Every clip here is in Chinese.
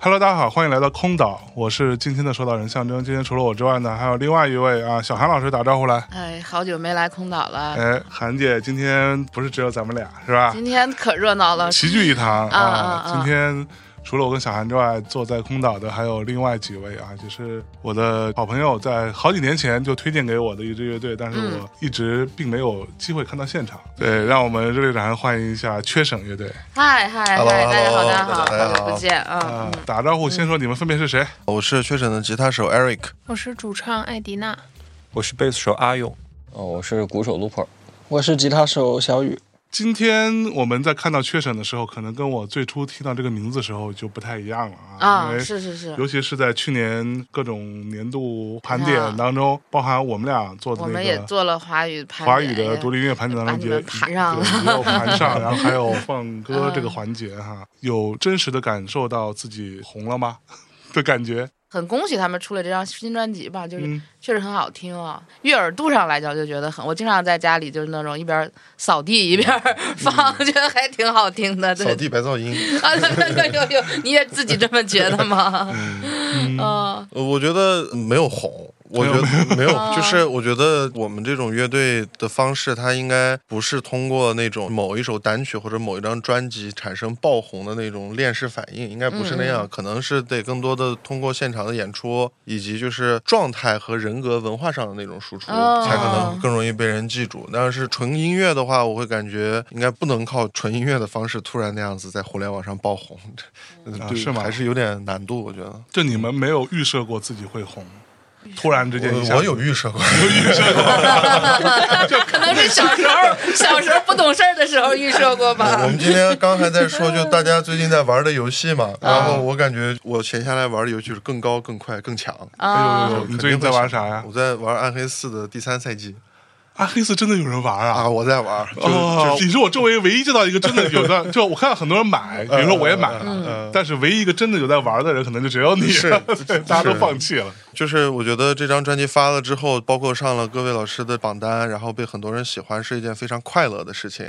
Hello，大家好，欢迎来到空岛，我是今天的守岛人象征。今天除了我之外呢，还有另外一位啊，小韩老师打招呼来。哎，好久没来空岛了，哎，韩姐，今天不是只有咱们俩是吧？今天可热闹了。齐聚一堂啊啊今天除了我跟小韩之外，坐在空岛的还有另外几位啊，就是我的好朋友，在好几年前就推荐给我的一支乐队，但是我一直并没有机会看到现嗯场。对，让我们热烈掌声欢迎一下缺省乐队嗨嗨嗨， Hello，大家好， hello，大家好，大家好好久不见啊啊！！打招呼，先说你们分别是谁？哦我是缺神的吉他手 Eric。我是主唱艾迪娜，我是贝斯手阿勇。哦，我是鼓手 Looper，我是吉他手小雨。今天我们在看到缺省的时候，可能跟我最初听到这个名字的时候就不太一样了啊，啊因，为是是是，尤其是在去年各种年度盘啊点当中，包含我们俩做的我那们个也做了华语盘华语点的独立音乐盘点当中也把你们盘上了对也有盘 上，然后还有放歌这个环节哈，有真实的感受到自己红了吗 的感觉？很恭喜他们出了这张新专辑吧，就是嗯，确实很好听啊，悦耳度上来讲就觉得很，我经常在家里就是那种一边扫地一边放，觉得还挺好听的。对扫地白噪音，啊，对对对，有有，你也自己这么觉得吗？嗯，呃我觉得没有红，我觉得没有，就是我觉得我们这种乐队的方式，它应该不是通过那种某一首单曲或者某一张专辑产生爆红的那种链式反应，应该不是那样，可能是得更多的通过现场的演出，以及就是状态和人格文化上的那种输出，哦才可能更容易被人记住。但是纯音乐的话，我会感觉应该不能靠纯音乐的方式突然那样子在互联网上爆红，啊 对是吗还是有点难度，我觉得。就你们没有预设过自己会红，嗯突然之间一下我我有预设过，可能是小时候小时候不懂事儿的时候预设过 我吧。们今天刚还在说，就大家最近在玩的游戏嘛，然后我感觉我闲下来玩的游戏是更高、更快、更强。哎呦呦，肯定会你最近在玩啥呀我？在玩《暗黑四》的第三赛季啊，黑色真的有人玩啊，啊！我在玩，就哦就，你是我周围唯一见到一个真的有 的，就我看到很多人买，比如说我也买了，但是唯一一个真的有在玩的人，可能就只有你，嗯是对大家都是放弃了。就是我觉得这张专辑发了之后，包括上了各位老师的榜单，然后被很多人喜欢，是一件非常快乐的事情。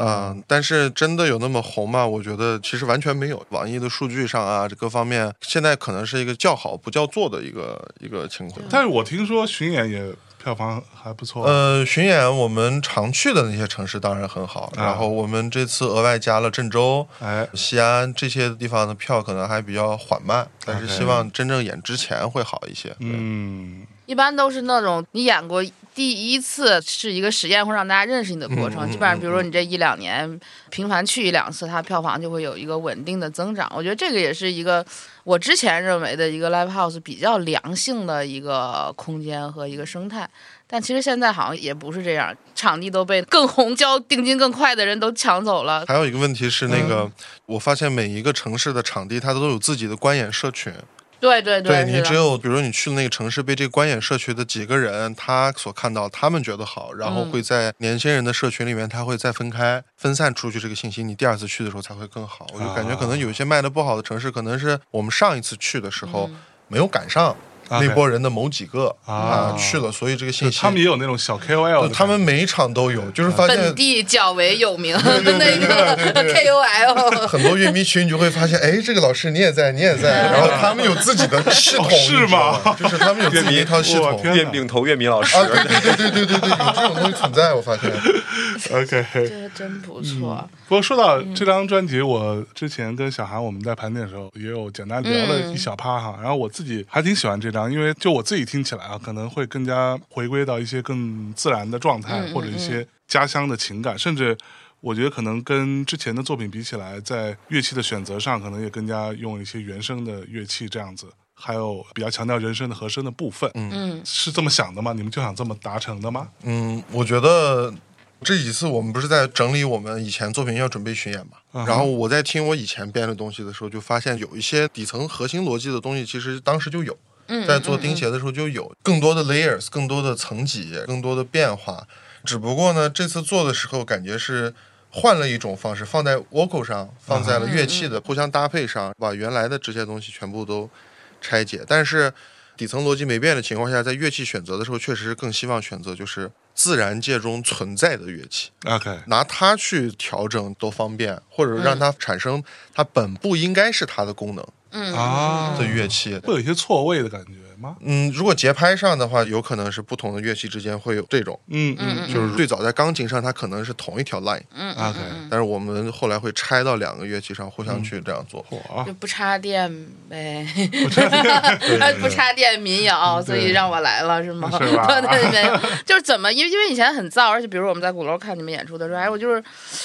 啊、但是真的有那么红吗？我觉得其实完全没有。网易的数据上啊，这各方面现在可能是一个叫好不叫座的一个一个情况。但是我听说巡演也票房还不错，呃，巡演我们常去的那些城市当然很好，啊然后我们这次额外加了郑州、哎，西安这些地方的票可能还比较缓慢，但是 OK 希望真正演之前会好一些。嗯，一般都是那种你演过第一次是一个实验，会让大家认识你的过嗯程。基本上，比如说你这一两年频繁去一两次，它票房就会有一个稳定的增长。我觉得这个也是一个我之前认为的一个 live house 比较良性的一个空间和一个生态。但其实现在好像也不是这样，场地都被更红、交定金更快的人都抢走了。还有一个问题是，那个、嗯我发现每一个城市的场地它都有自己的观演社群，对对对是你的只有比如你去了那个城市，被这个观演社区的几个人他所看到，他们觉得好，然后嗯会在年轻人的社群里面，他会再分开分散出去这个信息，你第二次去的时候才会更好。我就感觉可能有一啊些卖的不好的城市，可能是我们上一次去的时候没有赶上 OK 那波人的某几个嗯啊啊去了，所以这个就信息他们也有那种小 KOL，的对嗯他们感每一场都有，就是发本现。地较为有名的 那个 KOL。很多乐迷群，你就会发现，哎，这个老师你也在，你也 在，然后他们有自己的系统，哦 是你知道吗就是他们有自己一套系我统，天哪电饼头乐迷老师，啊，对对对对对对对，有这种东西存在，我发现。觉 OK。这还真不错，不过说到这张专辑，我之前跟小韩我们在盘点的时候也有简单聊了一小趴哈，然后我自己还挺喜欢这张，因为就我自己听起来啊，可能会嗯更加回归到一些更自然的状态，或者一些家乡的情感，甚至。我觉得可能跟之前的作品比起来，在乐器的选择上，可能也更加用一些原声的乐器这样子，还有比较强调人声的和声的部分。嗯，是这么想的吗？你们就想这么达成的吗？嗯，我觉得这几次我们不是在整理我们以前作品要准备巡演嘛，嗯哼然后我在听我以前编的东西的时候，就发现有一些底层核心逻辑的东西，其实当时就有。在做钉鞋的时候就有更多的 layers，更多的层级，更多的变化。只不过呢，这次做的时候感觉是换了一种方式，放在 vocal 上，放在了乐器的互相搭配上，把原来的这些东西全部都拆解。但是底层逻辑没变的情况下，在乐器选择的时候，确实更希望选择就是自然界中存在的乐器。 OK，拿它去调整都方便，或者让它产生它本不应该是它的功能啊的乐器，会有一些错位的感觉吗？嗯，如果节拍上的话，有可能是不同的乐器之间会有这种，嗯嗯就是最早在钢琴上它可能是同一条 line，、 ，OK，但是我们后来会拆到两个乐器上互相去这样做。火就不插电呗， 不插电民谣，所以让我来了是吗？是吧 对对对，就是怎么，因为因为以前很燥，而且比如我们在鼓楼看你们演出的时候，哎，我就是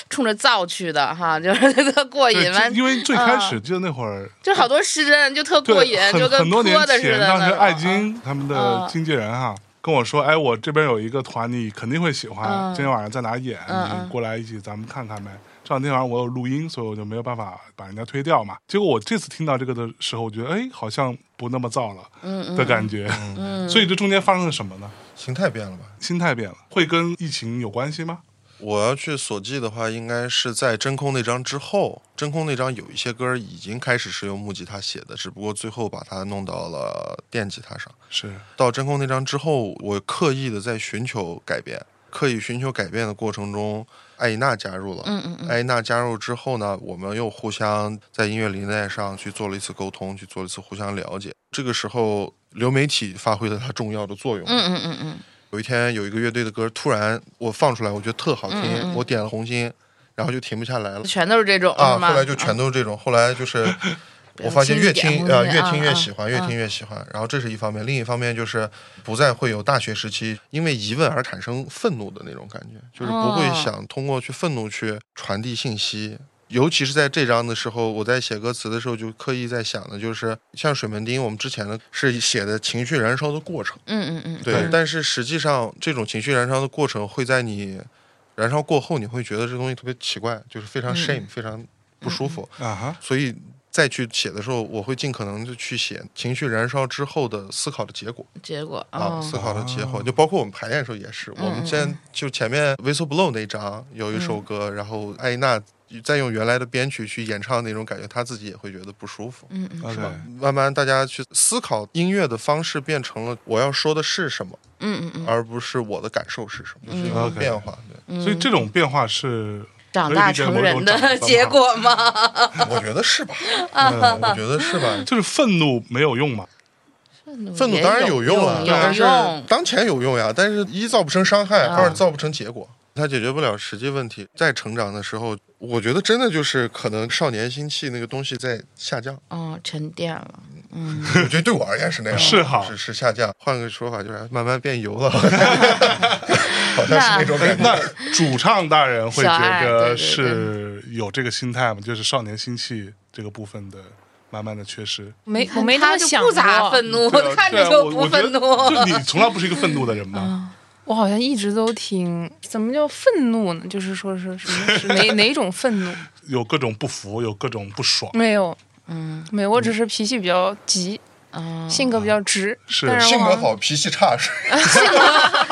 冲着燥去的哈，就是 特过对，瘾完就因为最开始就那会儿。就好多诗人就特嗯过对，瘾，很就跟很多年泼的似前，的。当时艾嗯，金他们的嗯经纪人哈、跟我说，哎，我这边有一个团，你肯定会喜欢，嗯今天晚上在哪演，嗯嗯你过来一起咱们看看呗。这两天晚上我有录音，所以我就没有办法把人家推掉嘛。结果我这次听到这个的时候，我觉得哎，好像不那么燥了，嗯的感觉。 所以这中间发生了什么呢？形态变了吧？心态变了，会跟疫情有关系吗？我要去所记的话，应该是在真空那张之后，真空那张有一些歌已经开始是用木吉他写的，只不过最后把它弄到了电吉他上。是到真空那张之后，我刻意的在寻求改变，刻意寻求改变的过程中，艾依娜加入了。嗯嗯嗯。艾依娜加入之后呢，我们又互相在音乐理念上去做了一次沟通，去做了一次互相了解。这个时候，流媒体发挥了它重要的作用。嗯嗯嗯嗯，有一天有一个乐队的歌，突然我放出来，我觉得特好嗯听，我点了红心，然后就停不下来了。全都是这种啊，是吗后来就全都是这种，后来就是 我发现越听表啊情一点越听啊越喜欢，越听越喜欢。然后这是一方面，另一方面就是不再会有大学时期因为疑问而产生愤怒的那种感觉，就是不会哦想通过去愤怒去传递信息。尤其是在这章的时候，我在写歌词的时候就刻意在想的，就是像水门町，我们之前的是写的情绪燃烧的过程。嗯嗯嗯，对，嗯但是实际上这种情绪燃烧的过程会在你燃烧过后，你会觉得这东西特别奇怪，就是非嗯常 shame，、非常不舒服。啊哈，所以再去写的时候，我会尽可能的去写情绪燃烧之后的思考的结果结果啊，哦嗯思考的结果，就包括我们排练的时候也是，我们现在就前面 whistle blow 那张有一首歌，然后艾依娜。再用原来的编曲去演唱那种感觉，她自己也会觉得不舒服。嗯嗯 OK，慢慢，大家去思考音乐的方式变成了我要说的是什么，嗯嗯而不是我的感受是什么，就是一个 OK 变化。嗯，所以这种变化是长大成人的结果吗？对，我觉得是吧？呃我觉得是吧？就是愤怒没有用嘛？愤怒当然有用了，有但是用。当前有用呀，但是一造不成伤害，啊二造不成结果，它解决不了实际问题。在成长的时候，我觉得真的就是可能少年心气那个东西在下降。哦，沉淀了，嗯，我觉得对我而言是那 样，是哈是是下降。换个说法就是慢慢变油了， 好像是那种哎感觉。那主唱大人会觉得小爱对是有这个心态吗？就是少年心气这个部分的慢慢的缺 失。没我看没那他么就想不咋过，愤怒， 对啊看对着啊就我不愤怒。 嗯我觉得就你从来不是一个愤怒的人 吧？我好像一直都挺怎么叫愤怒呢？就是说是 什么是哪哪种愤怒？有各种不服，有各种不爽，没有，嗯，没有，我只是脾气比较急，哦性格比较直，是但是性我好格像好，脾气差是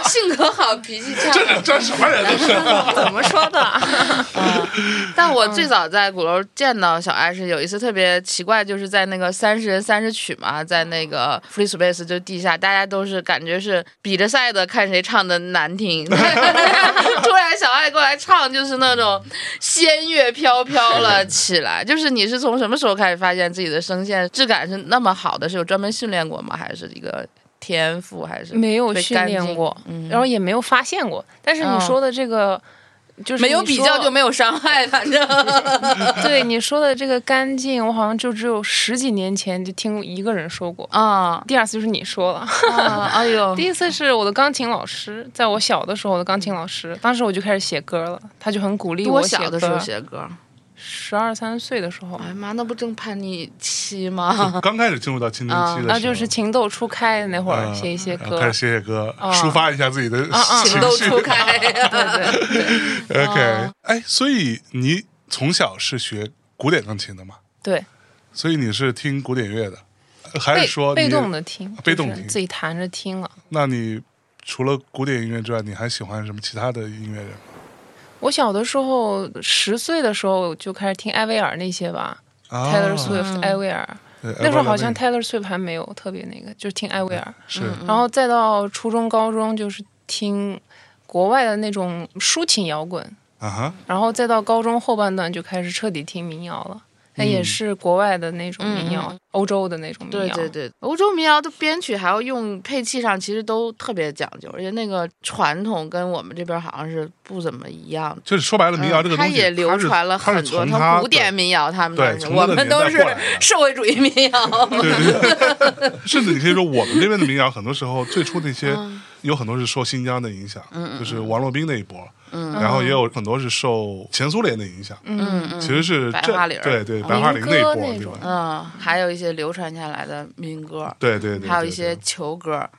性格好，脾气差。这这什么人都是。 怎么说 的？嗯但我最早在鼓楼见到小艾是有一次特别奇怪，就是在那个三十人三十曲嘛，在那个 Free Space 就地下，大家都是感觉是比着赛的，看谁唱的 难听。突然小艾过来唱，就是那种仙乐飘飘了起来。就是你是从什么时候开始发现自己的声线质感是那么好的？是有专门训练过吗？还是一个天赋？还是没有被训干练净过嗯，然后也没有发现过。但是你嗯说的这个就是没有你比说较就没有伤害，反 正对你说的这个干净，我好像就只有十几年前就听过一个人说过。啊第二次就是你说了，啊，哎呦第，一次是我的钢琴老师，在我小的时候，我的钢琴老师，当时我就开始写歌了，他就很鼓励多写小的时候歌，写歌，十二三岁的时候，哎呀妈，那不正叛逆期吗？刚开始进入到青春期的嗯时候，然后就是情窦初开的那会儿，嗯写一些然后歌开。始写写歌，嗯啊抒发一下自己的 啊啊情 情窦绪。初 开，对对 OK，哎，所以你从小是学古典钢琴的嘛？ 对，所以你是听古典乐的，还是被说被你动的听，被就是动听自己弹着听了。那你除了古典音乐之外，你还喜欢什么其他的音乐人吗？我小的时候，十岁的时候就开始听艾薇儿那些吧，Taylor 啊嗯 Swift、艾薇儿。对啊那时候好像嗯 Everlane， Taylor Swift 还没有特别那个，就是听艾薇儿。是然后再到初中、高中，就是听国外的那种抒情摇滚，啊哈，然后再到高中后半段就开始彻底听民谣了。那也是国外的那种民谣，嗯欧洲的那种民对谣。对对，欧洲民谣的编曲还要用配器上，其实都特别讲究，而且那个传统跟我们这边好像是不怎么一样。嗯就是说白了，民谣这个东它西，也流它是传了它是很多，从它它古典民谣他们对那是从我那个们年代都是过来的 社会主义民 谣嗯嘛。对对对， 甚至你可以说，我们这边的民谣，很多时候最初那些嗯有很多是受新疆的影响，就是王洛宾那一波，嗯然后也有很多是受前苏联的影响，嗯嗯，其实是白这花铃儿对对，白花铃那一波，民歌那对种吧？嗯，还有一些流传下来的民歌，对对对，还有对一些球歌。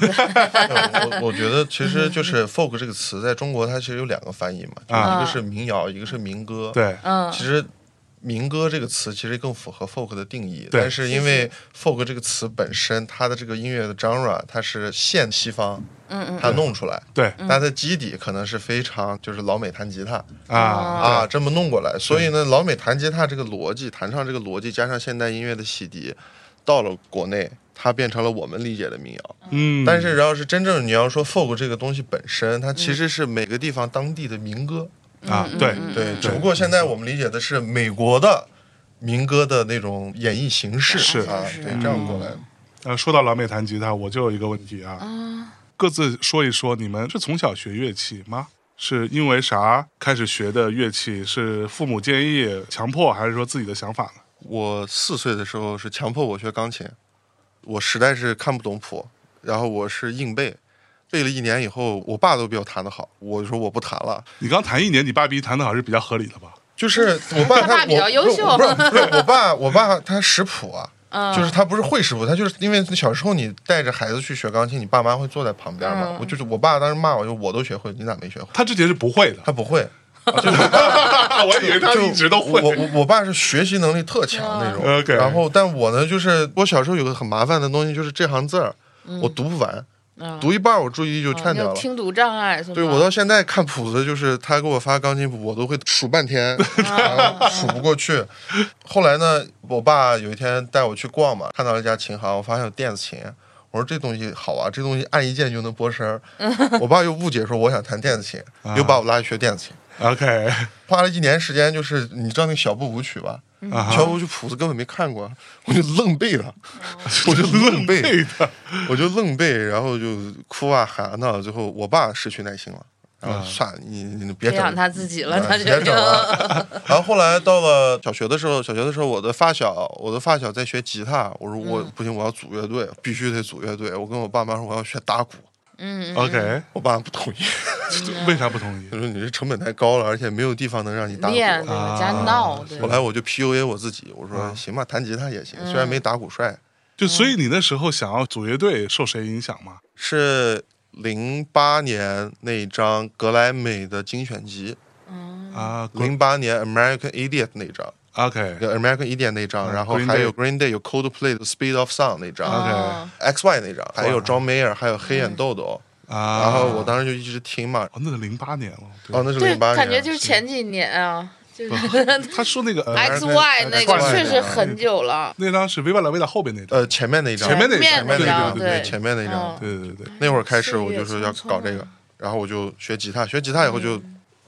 我我觉得其嗯实就是 folk 这个词在中国它其实有两个翻译嘛，就啊一个是民谣，一个是民歌。，对嗯其实。民歌这个词其实更符合 folk 的定义，对但是因为 folk 这个词本身，它的这个音乐的 genre 它是现西方，嗯嗯，它弄出来，对它的基底可能是非常就是老美弹吉他嗯啊啊这么弄过来，所以呢，嗯老美弹吉他这个逻辑，弹唱这个逻辑，加上现代音乐的洗涤，到了国内，它变成了我们理解的民谣。嗯，但是，然后是真正你要说 folk 这个东西本身，它其实是每个地方当地的民歌，啊嗯对对，只不过现在我们理解的是美国的民歌的那种演绎形式，是啊，是对，这样过来。呃，说到老美弹吉他，我就有一个问题啊，各自说一说，你们是从小学乐器吗？是因为啥开始学的乐器？是父母建议、强迫，还是说自己的想法呢？我四岁的时候是强迫我学钢琴，我实在是看不懂谱，然后我是硬背，背了一年以后，我爸都比我弹得好，我就说我不弹了。你刚弹一年，你爸逼弹的好像是比较合理的吧？就是我爸嗯他他爸比较我优不是秀我不是不是我爸我爸他识谱啊，嗯就是他不是会识谱，他就是因为小时候你带着孩子去学钢琴，你爸妈会坐在旁边嗯嘛。我就是我爸当时骂我，就我都学会，你咋没学会？他之前是不会的，他不会， 我以为他就一直都会。我我我爸是学习能力特强那种，嗯 OK 然后但我呢，就是我小时候有个很麻烦的东西，就是这行字儿我读不完，嗯读一半我注意力就啊串你掉有了。听读障碍是吗？对我到现在看谱子，就是他给我发钢琴谱，我都会数半天， 然后数不过去。后来呢，我爸有一天带我去逛嘛，看到了一家琴行，我发现有电子琴。我说这东西好啊，这东西按一键就能拨声 儿。我爸又误解说我想弹电子琴，啊又把我拉去学电子琴。 OK 花了一年时间，就是你知道那个小步舞曲吧？啊全哈，部就谱子根本没看过，我就愣背了， 我就愣背，的我就愣背，然后就哭啊喊啊闹，最后我爸失去耐心了，然啊后算了，你你别培整养了。他自己了，啊他别决整定。啊了。 然后后来到了小学的时候，小学的时候我的发小，我的发小在学吉他，我说嗯我不行，我要组乐队，必须得组乐队。我跟我爸妈说我要学打鼓，嗯，嗯 OK，我爸不同意，为啥不同意他？说你这成本太高了，而且没有地方能让你打鼓。嗯啊练那个加闹，对后来我就 PUA 我自己，我嗯说行吧，弹吉他也行，虽然没打鼓帅，就所以你那时候想要组乐队，受谁影响吗？是零八年那张格莱美的精选集，啊零八年 American Idiot 那张，OK 有，American Idiot 那张，嗯然后 Green 还 Day 有哦 Green Day 有 Coldplay 的 Speed of Sound 那张嗯 OK ，XY 那张，还有 John Mayer，还有黑眼豆豆，啊，然后我当时就一直听嘛，哦那是零八年了，对哦，那是对，零八年，感觉就是前几年啊，就是 他说那个呃 X Y XY 那那个个确实很久了。那啊张是《维瓦拉维达》后边那张呃，，前面那张，前面那张面前面那张，张，对对，前面那张，嗯对对对，那会儿嗯开始我就说要搞这个，然后我就学吉他，学吉他以后就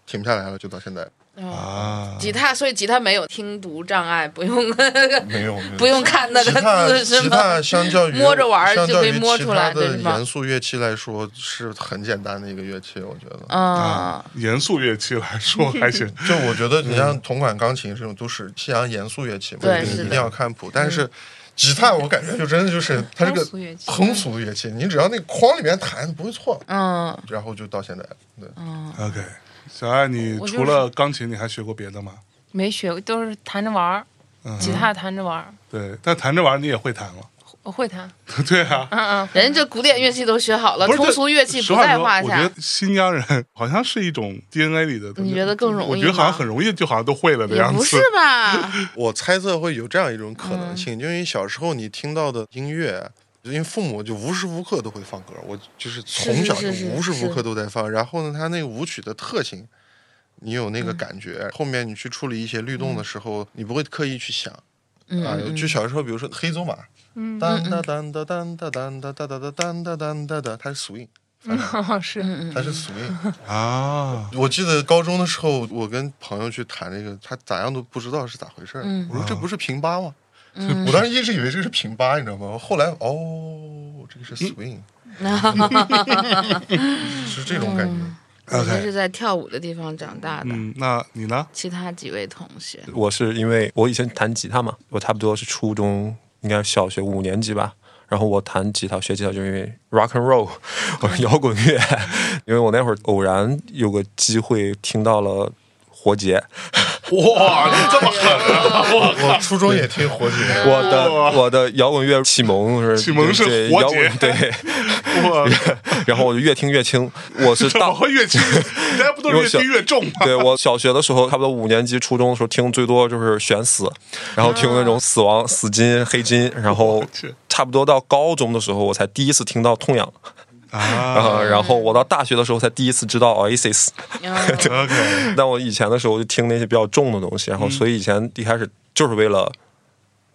停不下来了，就到现在。啊，吉他，所以吉他没有听读障碍，不用嗯没有，不用看 那吉个他字是吉吗？他相较于 摸着玩儿相就较可以于摸其出他来对的是吗严肃乐器来说，是很简单的一个乐器，我觉得。嗯啊，严肃乐器来 说还行，就我觉得，你像铜管、钢琴这种都是西洋严肃乐器嘛，对你是的一定要看谱。但是吉他，我感觉就真的就是它是个嗯通俗乐器嗯通俗的乐器，你只要那框里面弹不会错。嗯，然后就到现在，对， OK，小爱，你我就是除了钢琴，你还学过别的吗？没学过，都是弹着玩儿，嗯，吉他弹着玩儿，对，但弹着玩儿你也会弹了， 我会弹。对啊。嗯嗯，人家这古典乐器都学好了，不是通俗乐器实不话在说，话我觉下得。新疆人好像是一种 DNA 里的东西，你觉得更容易吗我觉得好像很容易，就好像都会了的也样不子是。吧？我猜测会有这样一种可能性，就因为小时候你听到的音乐。因为父母就无时无刻都会放歌，我就是从小就是是是无时是无刻都在放。然后呢，它那个舞曲的特性，你有那个感觉。后面你去处理一些律动的时候，你不会刻意去想啊。嗯，就小时候，比如说黑走马，嗯当当当当当当当当当当当当当当当，它是 swing，反正嗯是，嗯它是 swing。啊，我记得高中的时候，我跟朋友去谈这个，他咋样都不知道是咋回事儿。嗯我说这不是平八吗？我当时一直以为这个是平八，你知道吗？后来哦，这个是 swing，是这种感觉。我就 OK 是在跳舞的地方长大的。嗯，那你呢？其他几位同学，我是因为我以前弹吉他嘛，我差不多是初中，应该小学五年级吧。然后我弹吉他学吉他，就是因为 rock and roll，我 是摇滚乐。因为我那会儿偶然有个机会听到了活结，哇，你这么啊 我初中也听活 结，我的我的摇滚乐启蒙是哦启蒙是对活摇滚结对。 我然后我就越听越轻，我是怎大 么会越轻？人家不都是越听越重 吗？对我小学的时候，差不多五年级、初中的时候听最多就是选死，然后听那种死亡、死金、黑金，然后啊去差不多到高中的时候，我才第一次听到痛痒，啊啊，然后我到大学的时候才第一次知道 Oasis。 ，OK，但我以前的时候就听那些比较重的东西，然嗯后所以以前一开始就是为了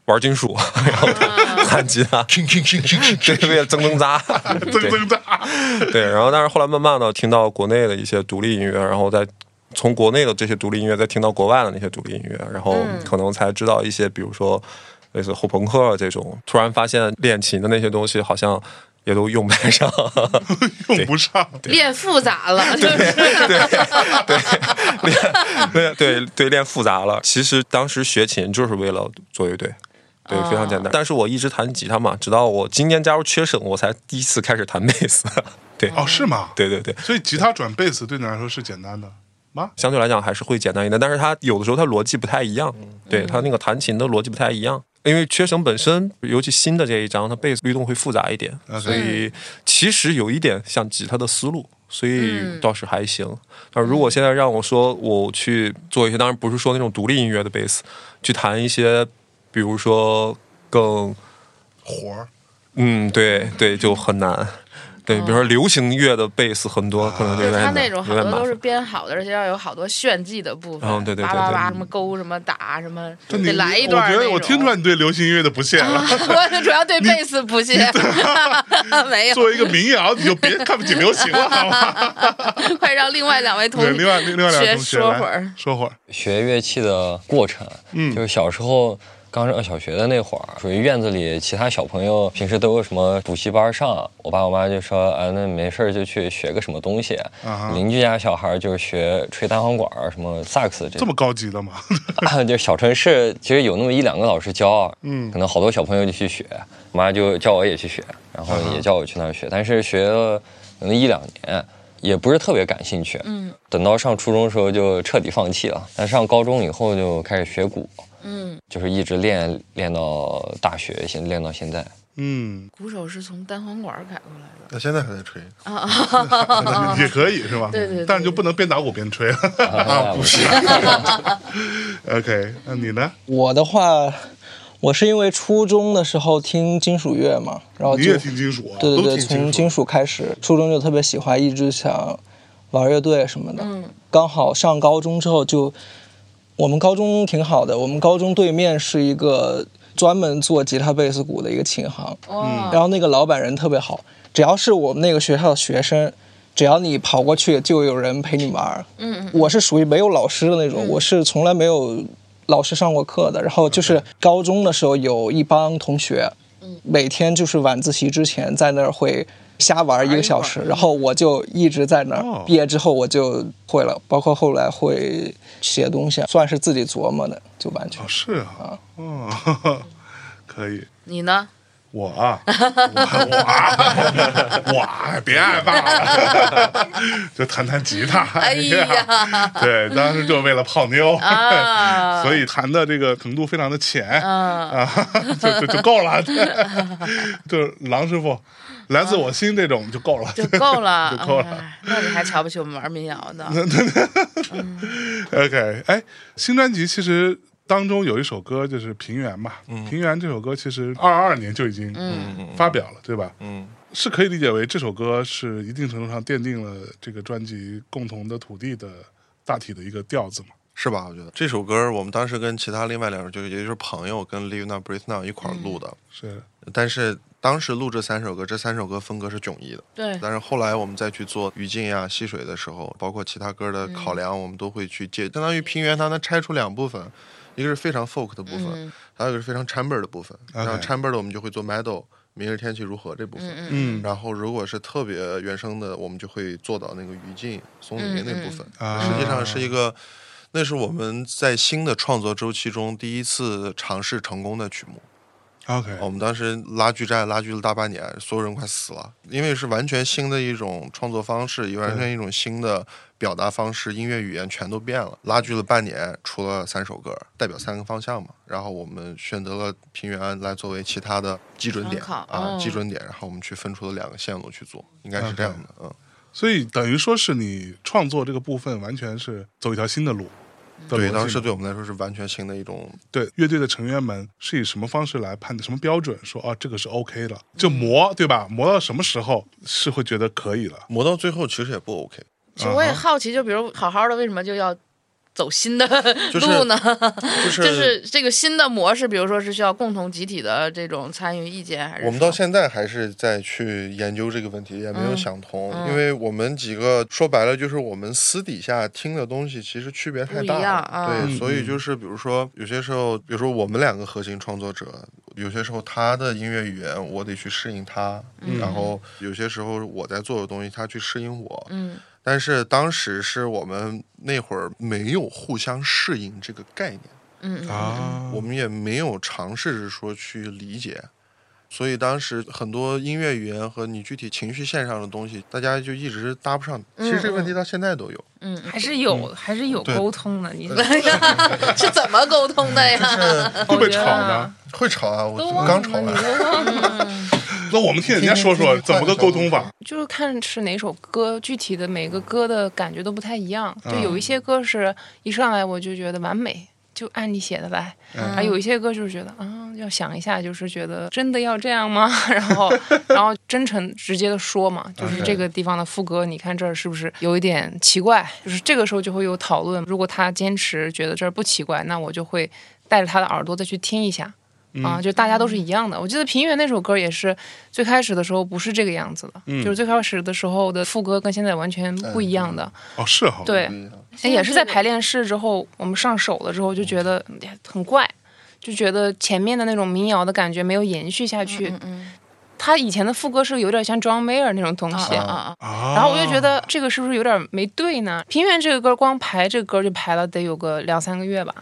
玩金属， 然后啊弹吉他， 对，为了增增扎，增对增大， 对，然后但是后来慢慢的听到国内的一些独立音乐，然后再从国内的这些独立音乐再听到国外的那些独立音乐，然后可能才知道一些，比如说类似后朋克啊这种，突然发现练琴的那些东西好像也都用不太上， 用不上。练复杂了，就是对对对，练复杂了。其实当时学琴就是为了做乐队。对，非常简单。但是我一直弹吉他嘛，直到我今年加入缺省，我才第一次开始弹贝斯。 对，哦，是吗？，对对对，所以吉他转贝斯对你来说是简单的吗？相对来讲还是会简单一点，但是它有的时候它逻辑不太一样，嗯对它那个弹琴的逻辑不太一样。因为缺省本身，尤其新的这一张，它贝斯律动会复杂一点啊 OK 所以其实有一点像吉他的思路，所嗯以倒是还行。那、如果现在让我说我去做一些，当然不是说那种独立音乐的贝斯，去弹一些，比如说更活儿嗯，对对，就很难。对，哦比如说流行乐的贝斯很多，可能就有点他难哦那种好有多点麻都烦是编好的，而且要有好多炫技的部分，嗯对对对叭叭对叭什么勾什么打什么， 这你得来一段啊儿我那觉种。得我听出来你对流行音乐的不屑 了。 我主要对贝斯不屑， 没有作，为一个民谣，你就别看不起流行了，好吗？ 快让另外两位 同对，另外另外两学位同学说来会儿说会儿。学乐器的过程，嗯，就是小时候刚上小学的那会儿，属于院子里其他小朋友平时都有什么补习班上，我爸我妈就说啊，那没事儿就去学个什么东西。哈邻居家小孩儿就是学吹单簧管儿、什么萨克斯这这么高级的吗？就小城市其实有那么一两个老师教，嗯，可能好多小朋友就去学，我妈就叫我也去学，然后也叫我去那儿学，但是学了可能一两年，也不是特别感兴趣，嗯，等到上初中的时候就彻底放弃了，但上高中以后就开始学鼓，嗯，就是一直练练到大学，现练到现在，嗯，鼓手是从单簧管改过来的。那现在还在吹，也可以是吧？哦对对对但是就不能边打鼓边吹了。 啊、不是， OK，那你呢？我的话，我是因为初中的时候听金属乐嘛，然后你就也听金属啊？对对对，都听从金属。属开始，初中就特别喜欢，一直想玩乐队什么的。刚好上高中之后就，我们高中挺好的，我们高中对面是一个专门做吉他、贝斯、鼓的一个琴行，哇，然后那个老板人特别好，只要是我们那个学校的学生，只要你跑过去，就有人陪你玩儿。嗯嗯我是属于没有老师的那种，我是从来没有老师上过课的。然后就是高中的时候有一帮同学，每天就是晚自习之前在那儿会瞎玩一个小时，然后我就一直在那儿。哦毕业之后我就会了，包括后来会写东西，算是自己琢磨的，就完全哦，。是啊，哦，呵呵 可以。你呢？我啊， 我啊我我啊，别挨骂了， 就弹弹吉他。哎呀， 对，当时就为了泡妞，啊所以弹的这个程度非常的浅，嗯，啊， 就就就够了， 就是郎师傅，来自我心这种就够了。就够 了，就够了哎那你还瞧不起我们玩民谣的？ OK，哎，新专辑其实当中有一首歌就是《平原》嘛，嗯平原》这首歌其实二二年就已经发表了，对吧？嗯，是可以理解为这首歌是一定程度上奠定了这个专辑《共同的土地》的大体的一个调子嘛。是吧？我觉得这首歌我们当时跟其他另外两首，就是也就是朋友跟 Live Now Breathe Now 一块儿录的，是，但是当时录这三首歌，这三首歌风格是迥异的。对，但是后来我们再去做于静呀、戏水的时候，包括其他歌的嗯考量，我们都会去借，相当于平原它能拆出两部分，一个是非常 folk 的部分，嗯还有一个是非常 chamber 的部分。然后 OK chamber 的我们就会做 metal，明日天气如何这部分。嗯嗯然后如果是特别原声的，我们就会做到那个于静、松林那部分。嗯嗯实际上是一个，那是我们在新的创作周期中第一次尝试成功的曲目。 ，OK，我们当时拉锯战拉锯了大半年，所有人快死了，因为是完全新的一种创作方式，也完全一种新的表达方式，音乐语言全都变了。拉锯了半年，出了三首歌，代表三个方向嘛。然后我们选择了平原来作为其他的基准点参考啊哦，基准点，然后我们去分出了两个线路去做，应该是这样的。啊嗯，所以等于说是你创作这个部分完全是走一条新的路。的逻对，辑当时对我们来说是完全新的一种对乐队的成员们是以什么方式来判断什么标准说啊这个是 OK 了，就磨对吧？磨到什么时候是会觉得可以了？磨到最后，其实也不 OK。其实我啊也好奇，就比如好好的，为什么就要走新的就是路呢？ 就是就是这个新的模式，比如说是需要共同集体的这种参与意见，还是我们到说现在还是在去研究这个问题，也没有嗯想通，嗯因为我们几个说白了就是我们私底下听的东西其实区别太不一大了，样啊对，嗯所以嗯就是比如说有些时候，比如说我们两个核心创作者，有些时候他的音乐语言我得去适应他，嗯嗯然后有些时候我在做的东西他去适应我，嗯但是当时是我们那会儿没有互相适应这个概念。嗯嗯啊，我们也没有尝试着说去理解，所以当时很多音乐语言和你具体情绪线上的东西，大家就一直搭不上。嗯其实这个问题到现在都有，嗯，还是有还是有对沟通的，你嗯是怎么沟通的呀？会不会吵呢？会吵啊，我都忘刚吵完。了你都忘了那我们听人家说说怎么个沟通法？就是看是哪首歌，具体的每个歌的感觉都不太一样。就有一些歌是一上来我就觉得完美，就按你写的来；哎嗯啊，嗯有一些歌就是觉得啊，要想一下，就是觉得真的要这样吗？ 然后，然后真诚直接的说嘛，就是这个地方的副歌，你看这儿是不是有一点奇怪？就是这个时候就会有讨论。如果他坚持觉得这儿不奇怪，那我就会带着他的耳朵再去听一下。啊，就大家都是一样的。我记得平原那首歌也是最开始的时候不是这个样子的，就是最开始的时候的副歌跟现在完全不一样的。哦，是哈，对，嗯哎也是在排练室之后，我们上手了之后就觉得哎呀很怪，就觉得前面的那种民谣的感觉没有延续嗯下去。他以前的副歌是有点像 John Mayer 那种东西，啊啊啊！啊，然后我就觉得这个是不是有点没对呢？平原这个歌光排这个歌就排了得有个两三个月吧。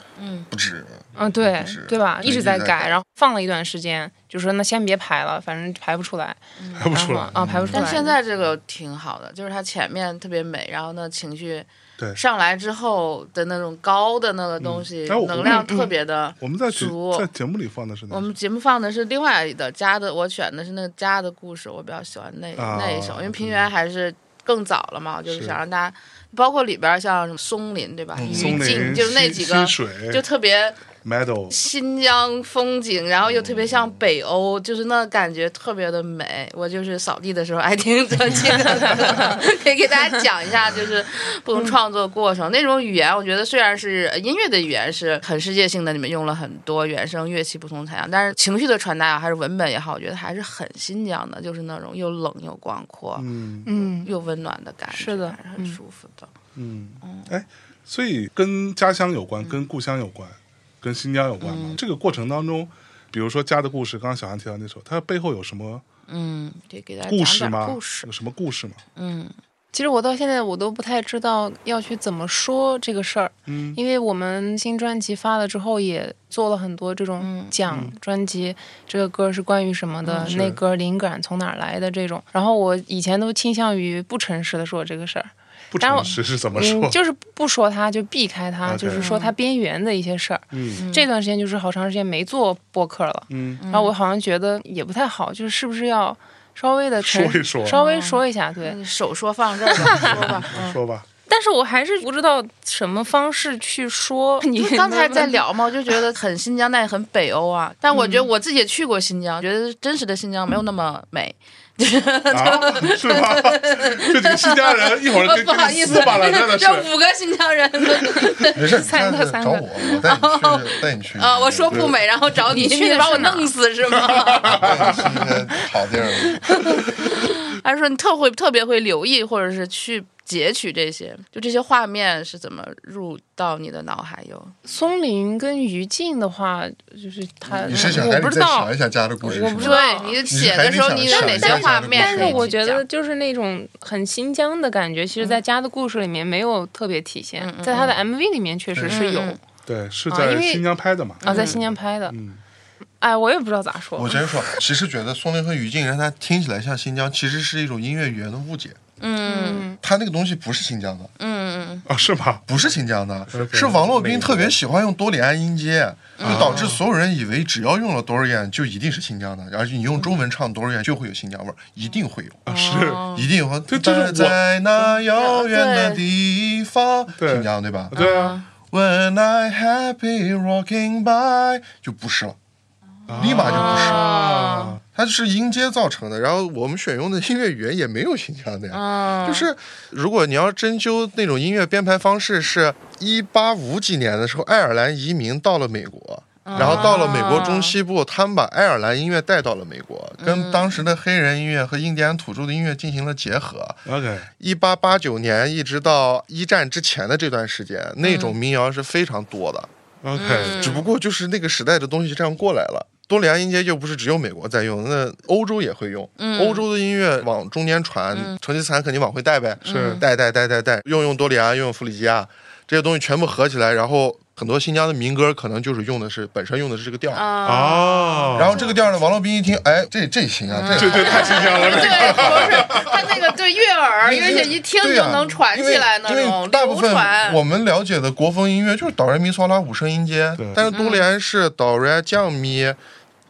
不止。嗯，对是对吧？对一直在一直在改，改然后放了一段时间，就说那先别排了，反正排不出来，还不然出后来，嗯啊，排不出来。但现在这个挺好的，就是它前面特别美，然后呢情绪对上来之后的那种高的那个东西，哎我嗯能量特别的。我们在节足在节目里放的是哪我首们节目放的是另外的家的，我选的是那个家的故事，我比较喜欢那、啊那一首，因为平原还是更早了嘛，就是是嗯想让大家，包括里边像什么松林对吧，于松静林，就是那溪几个溪水，就特别 medal，新疆风景，然后又特别像北欧，就是那感觉特别的美。我就是扫地的时候爱听这些，可以给大家讲一下，就是不同创作过程。那种语言，我觉得虽然是呃音乐的语言是很世界性的，里面用了很多原声乐器、不同采样，但是情绪的传达还是文本也好，我觉得还是很新疆的，就是那种又冷又广阔，嗯嗯，又温暖的感觉，是的还很舒服的。嗯，哎，所以跟家乡有关，跟故乡有关，跟新疆有关嘛。这个过程当中，比如说《家的故事》，刚刚小安提到那首，它背后有什么嗯，得给大家故事讲吗？点故事有。什么故事吗？嗯其实我到现在我都不太知道要去怎么说这个事儿，嗯因为我们新专辑发了之后，也做了很多这种嗯讲专辑、这个歌是关于什么嗯的，那歌灵感从哪儿来的这种。然后我以前都倾向于不诚实的说这个事儿，不当然诚我实是怎么说啊嗯，？就是不说它，就避开它 OK 就是说它边缘的一些事儿。嗯这段时间就是好长时间没做播客了，嗯然后我好像觉得也不太好，就是是不是要稍微的说一说稍微说一下，对。那你手说放这儿了，说吧。嗯说吧，但是我还是不知道什么方式去说。你就刚才在，聊嘛，我就觉得很新疆，但也很北欧啊。但我觉得我自己也去过新疆，觉得真实的新疆没有那么美。啊，是吗？这几个新疆人一会儿跟 不好跟你意思撕巴了，真的， 这是。五个新疆人 没事，你三个下次三找个我，我带 你去，带你去哦啊，我说不美，然后找你，你去的你把我是哪儿弄死是 吗？带你去一些好地儿。还是说你特会特别会留意，或者是去截取这些，就这些画面是怎么入到你的脑海有？松林跟于静的话，就是他，你是想我赶不紧知再道想一。下家的故事是吗？我不知道对，你写的时候你有哪些画面？想但是一下我觉得，就是那种很新疆的感觉，其实，在家的故事里面没有特别体现，嗯嗯嗯在他的 MV 里面确实是有、嗯对，是啊在因为新疆拍的嘛？啊，在新疆拍的。嗯哎，我也不知道咋说。我先说，其实觉得松林和于静让它听起来像新疆，其实是一种音乐语言的误解。嗯嗯，它那个东西不是新疆的，嗯啊，是吗？不是新疆的，是王洛宾特别喜欢用多里安音啊阶，就导致所有人以为只要用了多里安就一定是新疆的，而且你用中文唱多里安就会有新疆味儿，一定会有。啊，是，一定有，对这是我在那遥远的地方，对新疆对吧对啊， ？When I happy walking by，就不是了，嗯立马就不是了。啊，它是音阶造成的。然后我们选用的音乐语言也没有新疆的呀，嗯，就是如果你要针灸那种音乐编排方式，是一八五几年的时候，爱尔兰移民到了美国。然后到了美国中西部，他们把爱尔兰音乐带到了美国，跟当时的黑人音乐和印第安土著的音乐进行了结合。 OK，一八八九年一直到一战之前的这段时间，那种民谣是非常多的。 OK，只不过就是那个时代的东西这样过来了。多里安音阶又不是只有美国在用，那欧洲也会用。欧洲的音乐往中间传，成吉思汗肯定往回带呗，是带带带带带，又用多里安，又用弗里吉亚，这些东西全部合起来，然后很多新疆的民歌可能就是用的是本身用的是这个调儿，哦，然后这个调儿呢，王洛宾一听，哎，这这行啊，这这这太新 疆了，这个对，不是他那个对悦耳，而且一听对就呀能传起来那因为因种为大部流分传。我们了解的国风音乐就是哆来咪嗦拉五声音阶嗯对，但是都连是哆来降咪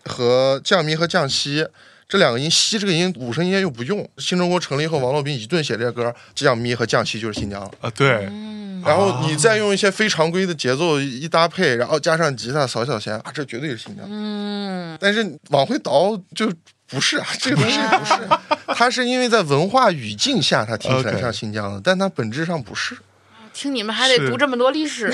和降咪和降西。这两个音，西这个音五声音阶又不用。新中国成立后，王洛宾一顿写这歌，降咪和降西就是新疆了。啊，对，嗯然后你再用一些非常规的节奏一搭配，然后加上吉他扫小弦，啊，这绝对是新疆。嗯但是往回倒就不是 啊，这个东西不是，它是因为在文化语境下，它听起来 OK 像新疆的，但它本质上不是。听你们还得是读这么多历史，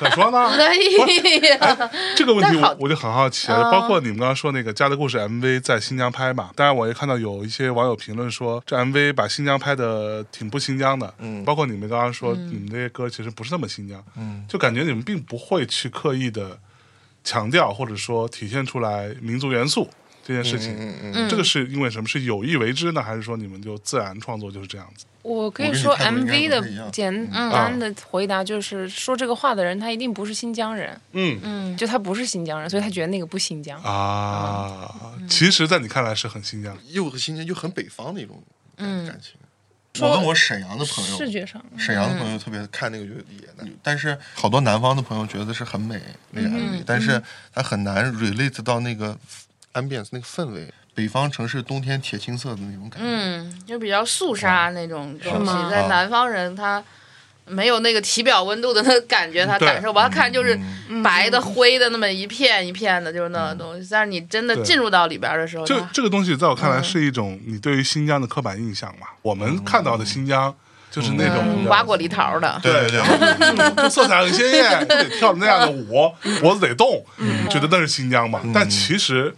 怎么说呢？哎 呀，这个问题但好我我就很好奇了，包括你们刚刚说那个《家的故事》MV 在新疆拍嘛，当然我也看到有一些网友评论说这 MV 把新疆拍的挺不新疆的，嗯，包括你们刚刚说你们这些歌其实不是那么新疆，嗯，就感觉你们并不会去刻意的强调或者说体现出来民族元素这件事情，嗯嗯，这个是因为什么？是有意为之呢，还是说你们就自然创作就是这样子？我可我以跟你说看的应该 MV 不一样的简单的回答就是，说这个话的人他一定不是新疆人，嗯嗯，就他不是新疆人，所以他觉得那个不新疆。啊，其实，在你看来是很新疆，又很新疆，又很北方的一种嗯感情。说我跟我沈阳的朋视友，觉上，沈嗯阳的朋友特别看那个就也难，但是好多南方的朋友觉得是很美那嗯个 MV，、但是他很难 relate 到那个 ambience 那个氛围，北方城市冬天铁嗯青色的那种感觉。嗯，就比较肃杀那种东是西，吗在南方人他没有那个体表温度的 那个感觉，他感受不到。他看就是白的、灰的那么一片一片的，就是那种东西。但是你真的对进入到里边的时候，就它这个东西，在我看嗯来是一种你对于新疆的刻板印象嘛。我们看到的新嗯疆就是那种瓜果梨桃的。对对，就色彩很鲜艳，得跳那样的舞，嗯脖子得动，觉得那是新疆嘛。但其实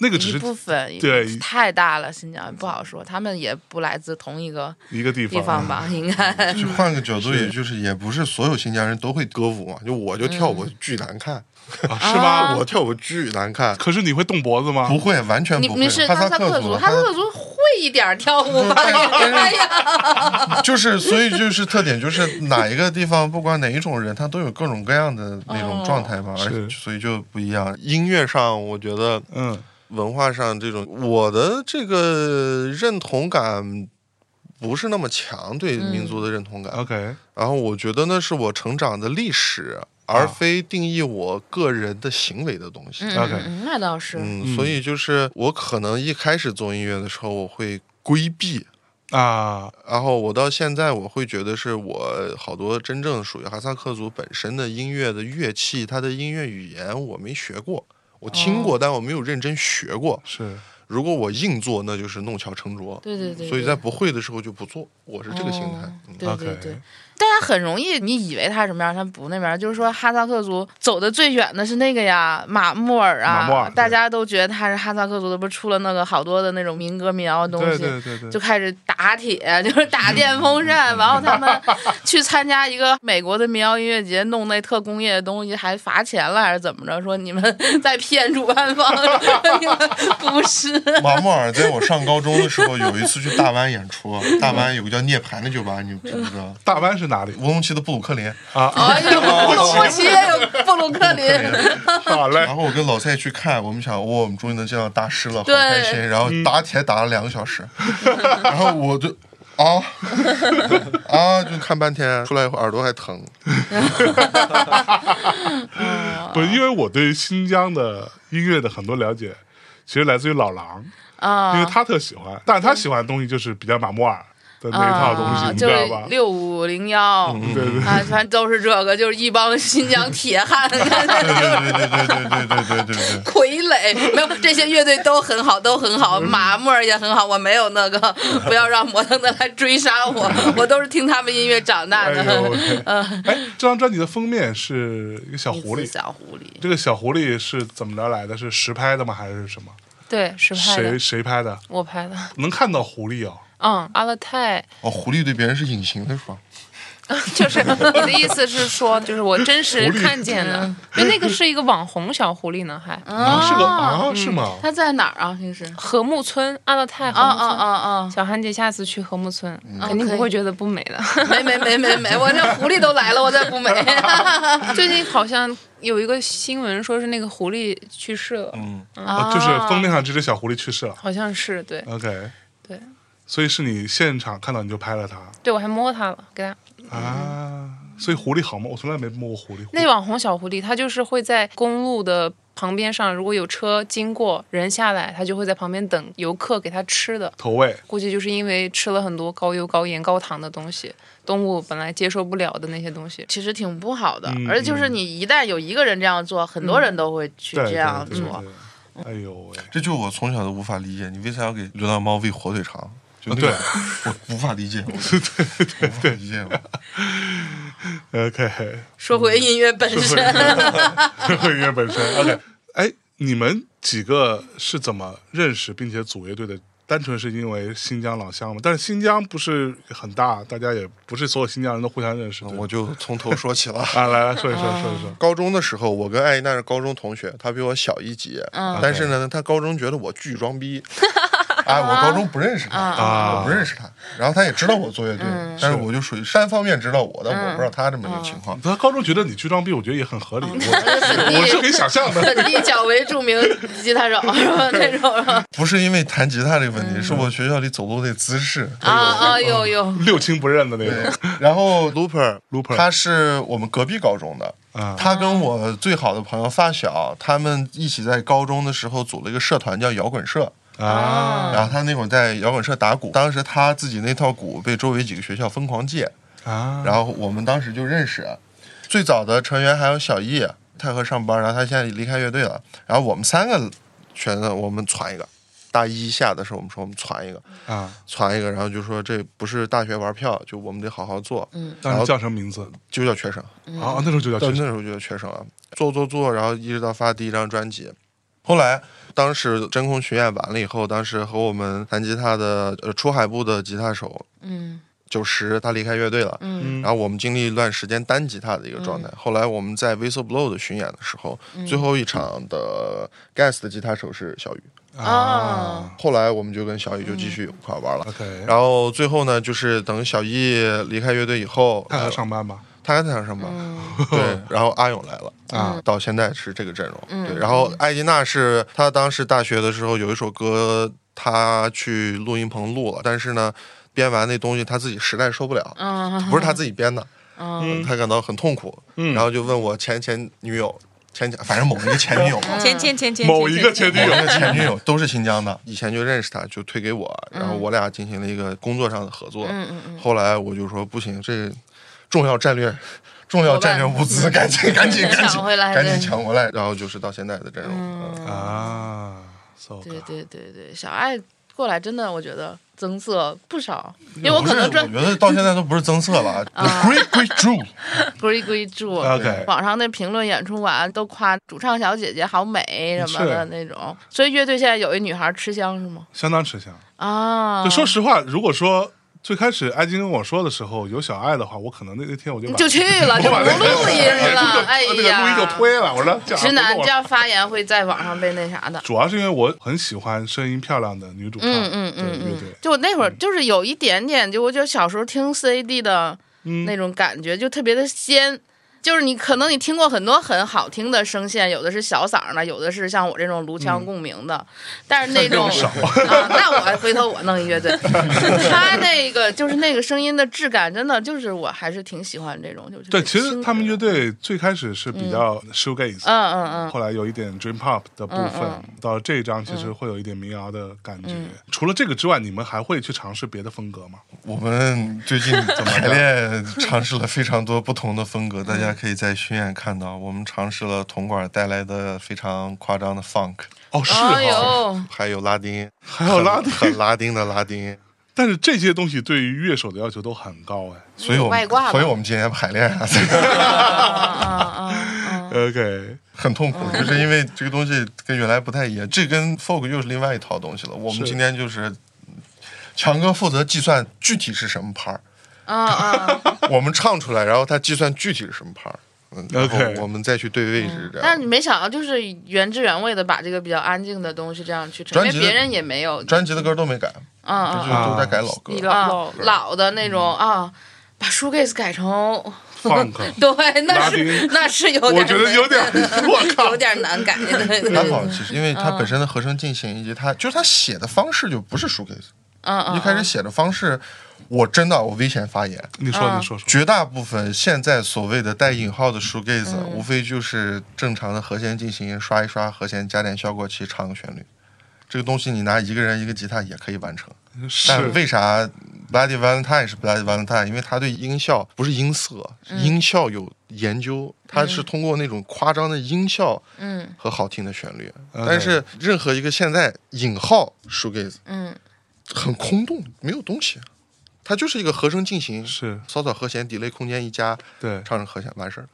那个只一是部分一对太大了，新疆不好说，他们也不来自同一个一个地地方，方吧，应该。就换个角度，也就是也不是所有新疆人都会歌舞嘛。就我就跳嗯舞巨难看，啊是吧？我我跳舞巨难看，可是你会动脖子吗？不会，完全你不会。你是哈萨萨克族，哈哈萨克族会一点跳嗯舞吧？哎呀， 就是，所以就是特点，就是哪一个地方，不管哪一种人，他都有各种各样的那种状态嘛，而是所以就不一样。音乐上，我觉得嗯，文化上这种，我的这个认同感不是那么强，对民族的认同感。 OK，然后我觉得那是我成长的历史，而非定义我个人的行为的东西。嗯 OK 嗯那倒是，嗯，所以就是我可能一开始做音乐的时候，我会规避啊，然后我到现在，我会觉得是我好多真正属于哈萨克族本身的音乐的乐器，它的音乐语言我没学过，我听哦过，但我没有认真学过。是如果我硬做，那就是弄巧成拙。对对对。所以对在不会的时候就不做，我是这个心态。哦嗯对对 OK 对，大家很容易，你以为他是什么样，他不那边儿。就是说，哈萨克族走的最远的是那个呀，马木尔啊，马木尔对大家都觉得他是哈萨克族的，不是出了那个好多的那种民歌民谣的东对西，对对对，就开始打铁， 就是打电风扇，然后 他们去参加一个美国的民谣音乐节，弄那特工业的东西，还罚钱了还是怎么着？说你们 在骗主办方，你们不是。马木尔在我上高中的时候，有一次去大湾演出，大湾有个叫涅槃的酒吧，你知不知 道？大湾是哪 里乌鲁木齐的布鲁克林。啊？哎呦，布鲁木齐也有布鲁克林，好嘞然，后我跟老蔡去看，我们想，哇，我们终于能见到大师了，好对开心。然后打铁打了两个小时，然后我就啊啊，就看半天，出来以后耳朵还疼。不，因为我对新疆的音乐的很多了解，其实来自于老狼，因为啊。他特喜欢，但是他喜欢的东西就是比较马木尔的那一套东西，啊，你就知道是吧？嗯六五零幺，对对啊，反正都是这个，就是一帮新疆 铁汉， 对对对对对对对对对对。傀儡，没有这些乐队都很好，都很好，马木尔也很好，我没有那 个，不要让摩登的来追杀 我，我都是听他们音乐长大哎的。呦，我天哎，这张专辑的封面是一个小一狐只狸，小哎狐狸，这个小狐狸是怎么着来的？是实拍的吗？还是什么？对，是拍谁的，谁拍的？我拍的。能看到狐狸哦，嗯，阿勒泰哦，狐狸对别人是隐形的是吧？就是你的意思是说，就是我真实狐狸看见的，因为那个是一个网红小狐狸呢，还嗯啊，是个啊，是吗？它在哪儿啊？平时？禾木村，阿勒泰禾啊木村。啊啊小韩姐下次去禾木村，嗯肯定不哦可会以觉得不美 的。啊！没没没没 没，我这狐狸都来了，我再 不美。最近好像有一个新闻说是那个狐狸去世了，啊就是封面上这只小狐狸去世了。好像是对 OK，对，所以是你现场看到你就拍了它对，我还摸它了，给它。啊。所以狐狸好吗？我从来没摸过狐狸。那网红小狐狸，它就是会在公路的旁边上，如果有车经过，人下来，它就会在旁边等游客给它吃的。投喂，估计就是因为吃了很多高油、高盐、高糖的东西，动物本来接受不了的那些东西。其实挺不好的，嗯而且就是你一旦有一个人这样做，很多人都会去对这样对对做。对哎呦喂，这就是我从小都无法理解，你为啥要给流浪猫喂火腿肠？就那个对我无法理解，我对 对对，理解我。 ，OK， 说回音乐本身，乐乐本身。OK，哎，你们几个是怎么认识并且组乐队的？单纯是因为新疆老乡嘛？但是新疆不是很大，大家也不是所有新疆人都互相认识。对吧我就从头说起了。啊，来来说一说说一说。高中的时候，我跟艾依娜是高中同学，她比我小一级，但是呢，她高中觉得我巨装逼。 哎，我高中不认识啊她，我不认识她，然后她也知道我做乐队，但是我就属于单方面知道我，但我不知道她这么一个情况。他高中觉得你巨装逼，我觉得也很合理，我我是可以想象 的。本地较为著名吉 他手是吧？嗯 那种是啊吧不是因为弹吉他这个问题，是我学校里走路那姿势。啊啊有有， 六亲不认的那种然后 Looper Looper 他是我们隔壁高中的，啊他跟我最好的朋友发小，他们一起在高中的时候组了一个社团叫摇滚社，啊然后他那会儿在摇滚社打鼓，当时他自己那套鼓被周围几个学校疯狂借。啊，然后我们当时就认识。最早的成员还有小易，太和上班，然后他现在离开乐队了。然后我们三个全的，我们攒一个。大一下的时候，我们说我们攒一个，啊，攒一个，然后就说这不是大学玩票，就我们得好好做，当时叫什么名字？就叫学生。啊，那时候就叫到全那时候就叫缺省了，做做做，然后一直到发第一张专辑。后来，当时真空巡演完了以后，当时和我们弹吉他的呃出海部的吉他手嗯九十，他离开乐队了。嗯然后我们经历一段时间单吉他的一个状态。后来我们在 Whistle Blow 的巡演的时候，最后一场的 Gas 的吉他手是小雨。哦啊后来我们就跟小雨就继续一块玩了。 ，OK，然后最后呢，就是等小易离开乐队以后，太和呃上班吧，他还在上上班，对，然后阿勇来了啊，到现在是这个阵容，对，然后艾吉娜是她当时大学的时候有一首歌，她去录音棚录了，但是呢，编完那东西她自己实在受不了，嗯不是她自己编的，嗯她感到很痛苦，然后就问我前前女友。前前，反正某一个前女友吧，前前呃前前某一个前 女我友那个前女友都是新疆嗯的，以嗯前就认识她，就推给我，然后我俩进行了一个工作上的合作。后来我就说不行，这重要战略、重要战略物资，赶紧赶 紧赶紧抢回来赶紧对嗯抢回来。然后就是到现在的阵容，嗯啊，so 对对对对，小爱过来真的，我觉得增色不少，因为不我是可能专我觉得到现在都不是增色了啊，Great Great Drew，归归住。 OK，网上那评论演出完都夸主唱小姐姐好美什么的是那种，所以乐队现在有一女孩吃香是吗？相当吃香。啊，就说实话，如果说最开始艾金跟我说的时候有小爱的话，我可能那那天我就你把就去了，就我不把那个录音 了， 哎那个录音就呀，推了，我说这样直男不够这了样发言会在网上被那啥的。主要是因为我很喜欢声音漂亮的女主唱，嗯嗯嗯对乐队嗯，，就我那会儿就是有一点点，就我觉得小时候听 CAD 的嗯那种感觉，就特别的仙。就是你可能你听过很多很好听的声线，有的是小嗓儿的，有的是像我这种嗯颅腔共鸣的，但是 那种啊，那我回头我弄一乐队，他那个就是那个声音的质感，真的就是我还是挺喜欢这种，就是对，其实轻他们柔乐队最开始是比较 shoegaze，、嗯嗯后来有一点 dream pop 的部分，到这一张其实会有一点民谣的感觉。嗯除了这个之外，你们还会去尝试别的风格吗？我们最 近怎么排练尝试了非常多不同的风格，大家可以在巡演看到，我们尝试了铜管带来的非常夸张的 funk，哦，是嗯，哈、哎呦，还有拉丁，还有拉丁，很拉丁的拉丁。但是这些东西对于乐手的要求都很高哎。所以我外们挂吧所以我们今天排练啊， 嗯 OK，很痛苦，就是因为这个东西跟原来不太一样，这跟 folk 又是另外一套东西了。我们是今天就是强哥负责计算具体是什么拍儿，啊啊！我们唱出来，然后他计算具体是什么拍儿，嗯，然 OK 后我们再去对啊位置这但是样。你没想到，就是原汁原味的把这个比较安静的东西这样去唱，专因辑为的别人也没有，专辑的歌都没改，嗯就嗯是嗯都在改老歌你。啊老老的那种啊，把 shoegaze 改成 funk 对，拉那丁是那是有点我难，觉得有点， 我靠有，点难改，对对对，还嗯好，其实因为他本身的和声进行以及他就是他写的方式就不是 shoegaze，嗯嗯，一开始写的方式，我真的我危险发言，你说你说 说，绝大部分现在所谓的带引号的 shoegaze，、无嗯非就是正常的和弦进行刷一刷和弦，加点效果器，唱个旋律。这个东西你拿一个人一个吉他也可以完成，但是为啥 Bloody Valentine 是 Bloody Valentine？因为他对音效不是音色，嗯音效有研究，他是通过那种夸张的音效，嗯和好听的旋律。 OK 但是任何一个现在引号 shoegaze 嗯很空洞，没有东西，它就是一个和声进行，是扫扫和弦，delay 空间一加，对，唱成和弦完事儿。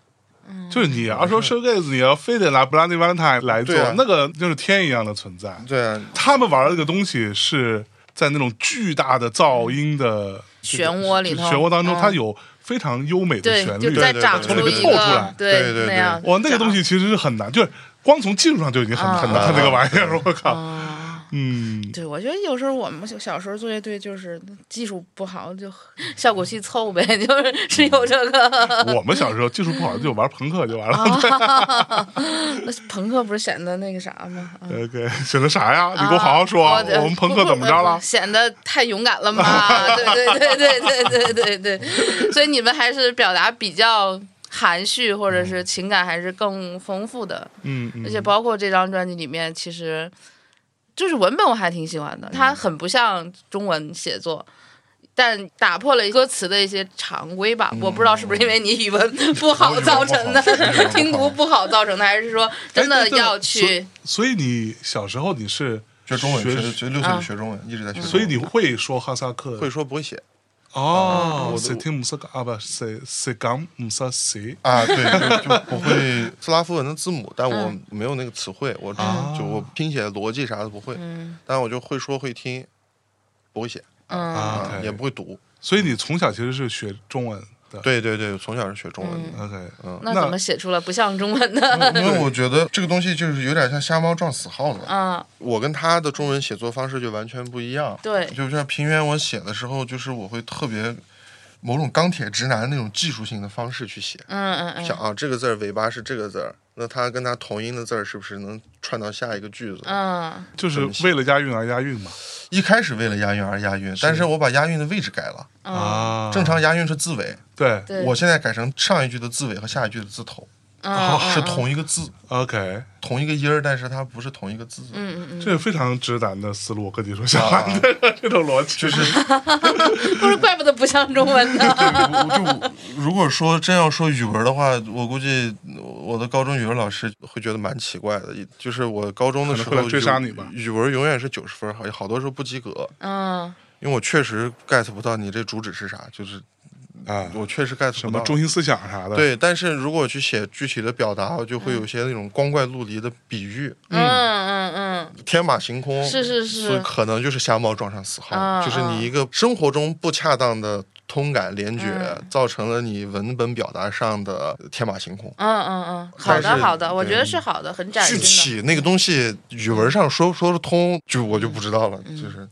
嗯就是你要说 shoegaze，你要非得拿 Bloody Valentine 来做对啊，那个就是天一样的存在。对啊，他们玩的这个东西是在那种巨大的噪音的这个嗯漩涡里头漩涡当中，嗯它有非常优美的对，旋就律。再对长从里出面一透出来个，对对那对样，哇，那个东西其实是很难，就是光从技术上就已经很啊很难了，啊他这个玩意儿，我靠，啊。嗯，对，我觉得有时候我们小小时候做乐队就是技术不好就 效果器凑呗，就是是有这个。 嗯我们小时候技术不好就玩朋克就完了。哦 那朋克不是显得那个啥吗？啊 OK，选哎择啥呀？你给我好好说，啊的我们朋克怎么着 不不了不？显得太勇敢了嘛？对对对对对对对对，所以你们还是表达比较含蓄，或者是情感还是更丰富的。嗯，嗯而且包括这张专辑里面，其嗯实就是文本我还挺喜欢的，它很不像中文写作。但打破了歌词的一些常规吧。我不知道是不是因为你语嗯文不 好造成的我语文不好， 听读不好造成的，还是说真哎的对对要去？所以所以你小时候你是学中文，学学学六岁啊就学中文，一直在学中文。所以你会说哈萨克会说不会写哦，我是听不是啊不是是讲不是谁啊？对，就就不会 斯拉夫文的字母，但我没有那个词汇，我只嗯就我拼写逻辑啥的不会，嗯但我就会说会听，不会写嗯啊啊，也不会读。所以你从小其实是学中文的。对嗯对对，从小是学中文的。 ，OK，那那怎么写出了不像中文的？因为我觉得这个东西就是有点像瞎猫撞死耗子，嗯，我跟他的中文写作方式就完全不一样。对就像平原，我写的时候，就是我会特别某种钢铁直男那种技术性的方式去写，嗯嗯嗯想啊这个字儿尾巴是这个字儿，那它跟它同音的字儿是不是能串到下一个句子？嗯，就是为了押韵而押韵嘛一开始为了押韵而押韵，但是我把押韵的位置改了，啊，正常押韵是字尾，对嗯对，我现在改成上一句的字尾和下一句的字头，嗯是同一个字， ，OK，同一个音儿，但是它不是同一个字。嗯嗯这是非常直男的思路。我跟你说，小韩的 这种逻辑就是嗯，不是怪不得不像中文呢。我就 如果说真要说语文的话，我估计我的高中语文老师会觉得蛮奇怪的。就是我高中的时可能会候来追杀你吧语语文永远是九十分，好好多时候不及格，嗯因为我确实 get 不到你这主旨是啥，就是啊，我确实 get 什不到么。中心思想啥的，，对，但是如果去写具体的表达，我就会有些那种光怪陆离的比喻，嗯嗯天马行空，嗯，是是是，所以可能就是瞎猫撞上死耗，嗯就是你一个生活中不恰当的通感联觉，造成了你文本表达上的天马行空。嗯嗯嗯，好但的是好的，我对觉得是好的，很崭具新的。体那个东西，语文上说说得通，就我就不知道了。就是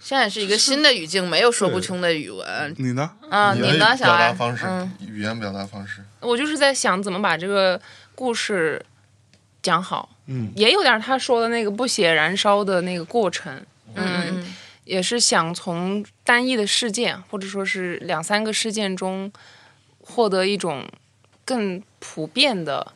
现在是一个新的语境，没有说不清的语文。你呢？啊，你呢，小表达艾？方式嗯，语言表达方式，我就是在想怎么把这个故事讲好，嗯，也有点他说的那个不写燃烧的那个过程，嗯嗯也是想从单一的事件或者说是两三个事件中获得一种更普遍的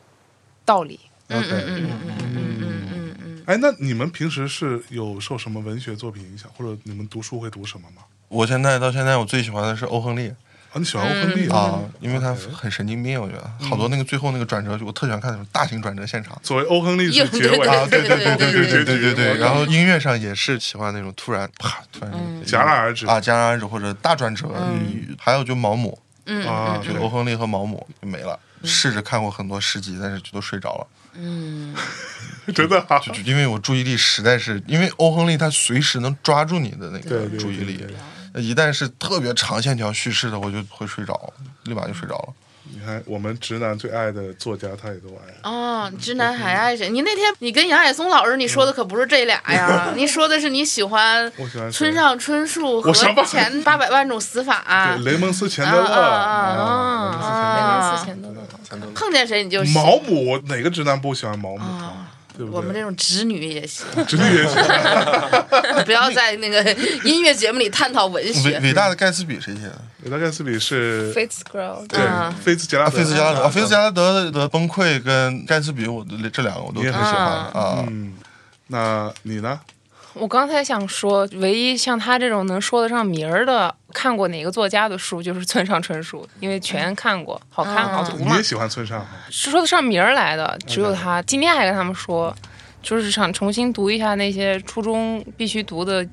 道理。嗯嗯嗯嗯嗯嗯嗯嗯哎，那你们平时是有受什么文学作品影响，或者你们读书会读什么吗？我现在到现在我最喜欢的是欧亨利啊，你喜欢欧亨利嗯啊？，因为他 OK 很神经病，我觉得好多那个最后那个转折，我特喜欢看那种大型转折现场。作为欧亨利是结尾，啊，对对对对对对对对对对，然后音乐上也是喜欢那种突然啪突然那个戛然而止啊，戛然而止或者大转折，嗯还有就毛姆，嗯啊，就欧亨利和毛姆就没了。试着看过很多诗集，但是就都睡着了，嗯 真的啊，就就因为我注意力实在是，因为欧亨利他随时能抓住你的那对个对注意对力对，一旦是特别长线条叙事的，我就会睡着，立马就睡着了。你看我们直男最爱的作家，他也都爱。哦，直男还爱谁？你那天你跟杨海松老师你说的可不是这俩呀， 你说的是你喜欢我喜欢谁村上春树和我什么前八百万种死法对，，雷蒙斯钱德勒啊啊啊，啊，啊四，千多的碰见谁你就喜毛姆，哪个直男不喜欢毛姆啊？对不对？我们这种直女也行，直女也喜欢。 不要在 那个音乐节目里探讨文伟学。伟大的盖茨比谁写的？伟大盖茨比是 Fitzgerald，对嗯菲茨杰拉啊，德菲茨杰拉德，啊，菲茨杰拉德的崩溃跟盖茨比，我这两个我都你也挺喜很欢喜欢啊。嗯，那你呢？我刚才想说，唯一像他这种能说得上名儿的，看过哪个作家的书，就是村上春树，因为全看过，好看好读你嘛也。喜欢村上哈？是说得上名儿来的，只有他。今天还跟他们说，就是想重新读一下那些初中必须读的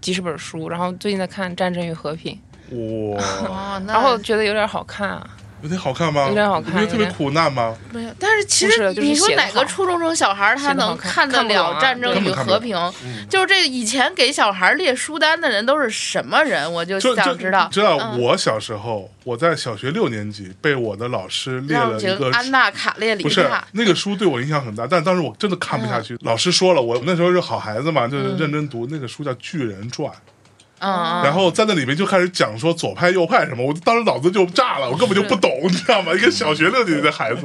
几十本书，然后最近在看《战争与和平哇，哦，》，那然后觉得有点好看啊。有点好看吗？有点好看因为特别苦难吗？没有，但是其不实是就是你说写得哪个好初中生小孩儿他写得好能看看得看不懂了啊《战争根与本看不和平》？嗯就是这以前给小孩儿列书单的人都是什么人？我就就就想知道。知道我小时候，我在小学六年级被我的老师列让了几一个安娜卡列里不是卡，那个书对我影响很大，但当时我真的看不下嗯去。老师说了，我那时候是好孩子嘛，就是认真读。那个书叫《巨人传》，嗯嗯，然后在那里面就开始讲说左派右派什么，我当时脑子就炸了，我根本就不懂，你知道吗？一个小学六年级的孩子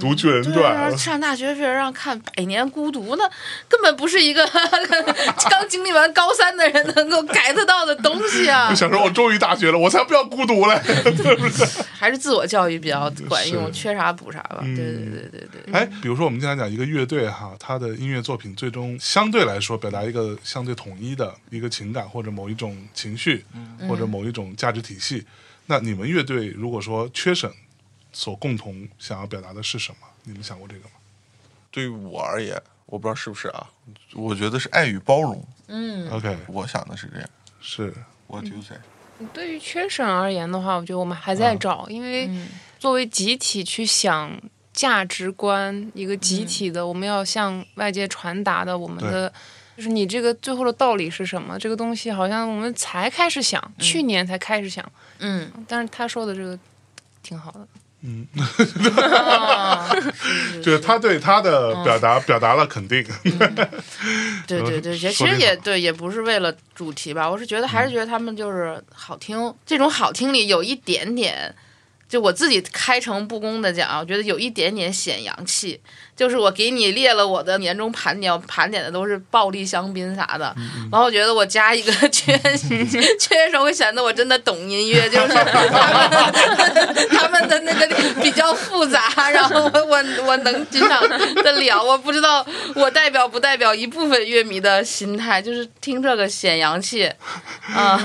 读《巨人对啊传》，上大学非要让看《百年孤独》呢，根本不是一个 刚经历完高三的人能够 get 到的东西 啊就，想说我终于大学了，我才不要孤独 嘞！还是自我教育比较管用，是缺啥补啥吧。对对对对对对，哎，比如说我们经常讲一个乐队哈，它的音乐作品最终相对来说表达一个相对统一的一个情感或者某一种情绪，嗯或者某一种价值体系。那你们乐队如果说缺省，所共同想要表达的是什么？你们想过这个吗？对于我而言，我不知道是不是啊，我觉得是爱与包容。嗯 OK，我想的是这样。是，我就在对于缺省而言的话，我觉得我们还啊在找，因为嗯作为集体去想价值观，一个嗯集体的，我们要向外界传达的，我们的就是你这个最后的道理是什么？这个东西好像我们才开始想，去年才开始想，嗯，但是他说的这个挺好的，嗯，啊就是他对他的表嗯达表达了肯定。对对对，也其说这嗯个实也对，也不是为了主题吧，我是觉得还是觉得他们就是好听，这种好听里有一点点。就我自己开诚布公的讲，啊我觉得有一点点显洋气，就是我给你列了我的年终盘点，我盘点的都是暴力香槟啥的，嗯然后我觉得我加一个 缺缺手，会显得我真的懂音乐，就是 他们他们的那个比较复杂，然后我我我能欣赏得了，我不知道我代表不代表一部分乐迷的心态，就是听这个显洋气，啊、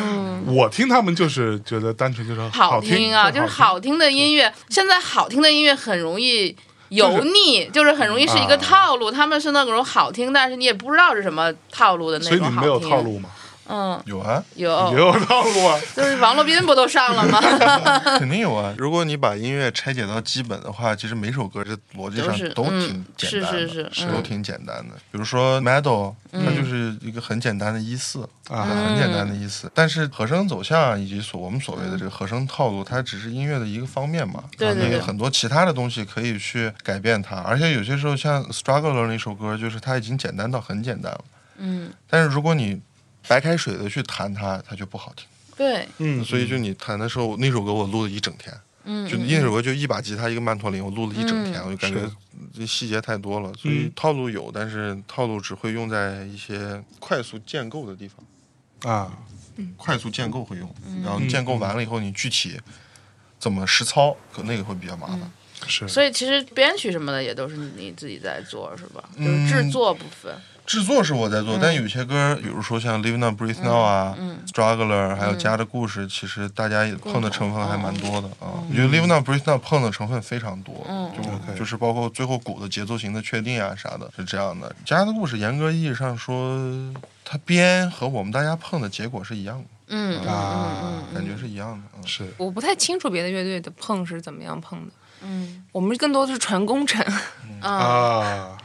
我听他们就是觉得单纯就是好听听啊，就是好好听的音乐。现在好听的音乐很容易油腻，就是很容易是一个啊套路。他们是那种好听，但是你也不知道是什么套路的听，所那以种你好们听。没有套，路吗？嗯，有啊，也有，有套路啊。就是王洛宾不都上了吗？ 肯定有 啊。如果你把音乐拆解到基本的话，其实每首歌这逻辑都上是都嗯挺简是单的，是是都嗯挺简单的。比如说 Metal，它就是一个很简单的一四啊嗯很简单的意思。但是和声走向以及所我们所谓的这个和声套路，它只是音乐的一个方面嘛。对啊对那对个很多其他的东西可以去改变它，而且有些时候像 Struggler 那首歌，就是它已经简单到很简单了。嗯，但是如果你白开水的去弹它，它就不好听。对，嗯，所以就你弹的时候，那首歌我录了一整天，嗯，就嗯那首歌就一把吉他一个曼陀林，我录了一整天，嗯我就感觉是这细节太多了，所以嗯套路有，但是套路只会用在一些快速建构的地方，啊，快速建构会用，嗯然后建构完了以后，你具体怎么实操，可那个会比较麻嗯烦。是所以其实编曲什么的也都是你自己在做，是吧？就是嗯制作部分，制作是我在做，但有些歌，比如说像《Live Now Breathe Now》啊，Struggler》还有《家的故事》，其实大家也碰的成分还蛮多的啊。我觉得《Live Now Breathe Now》碰的成分非常多，就 OK 就是包括最后鼓的节奏型的确定啊啥的，是这样的。《家的故事》严格意义上说，它编和我们大家碰的结果是一样的，嗯啊，感觉是一样的。嗯是我不太清楚别的乐队的碰是怎么样碰的，嗯我们更多的是纯工 程，嗯啊，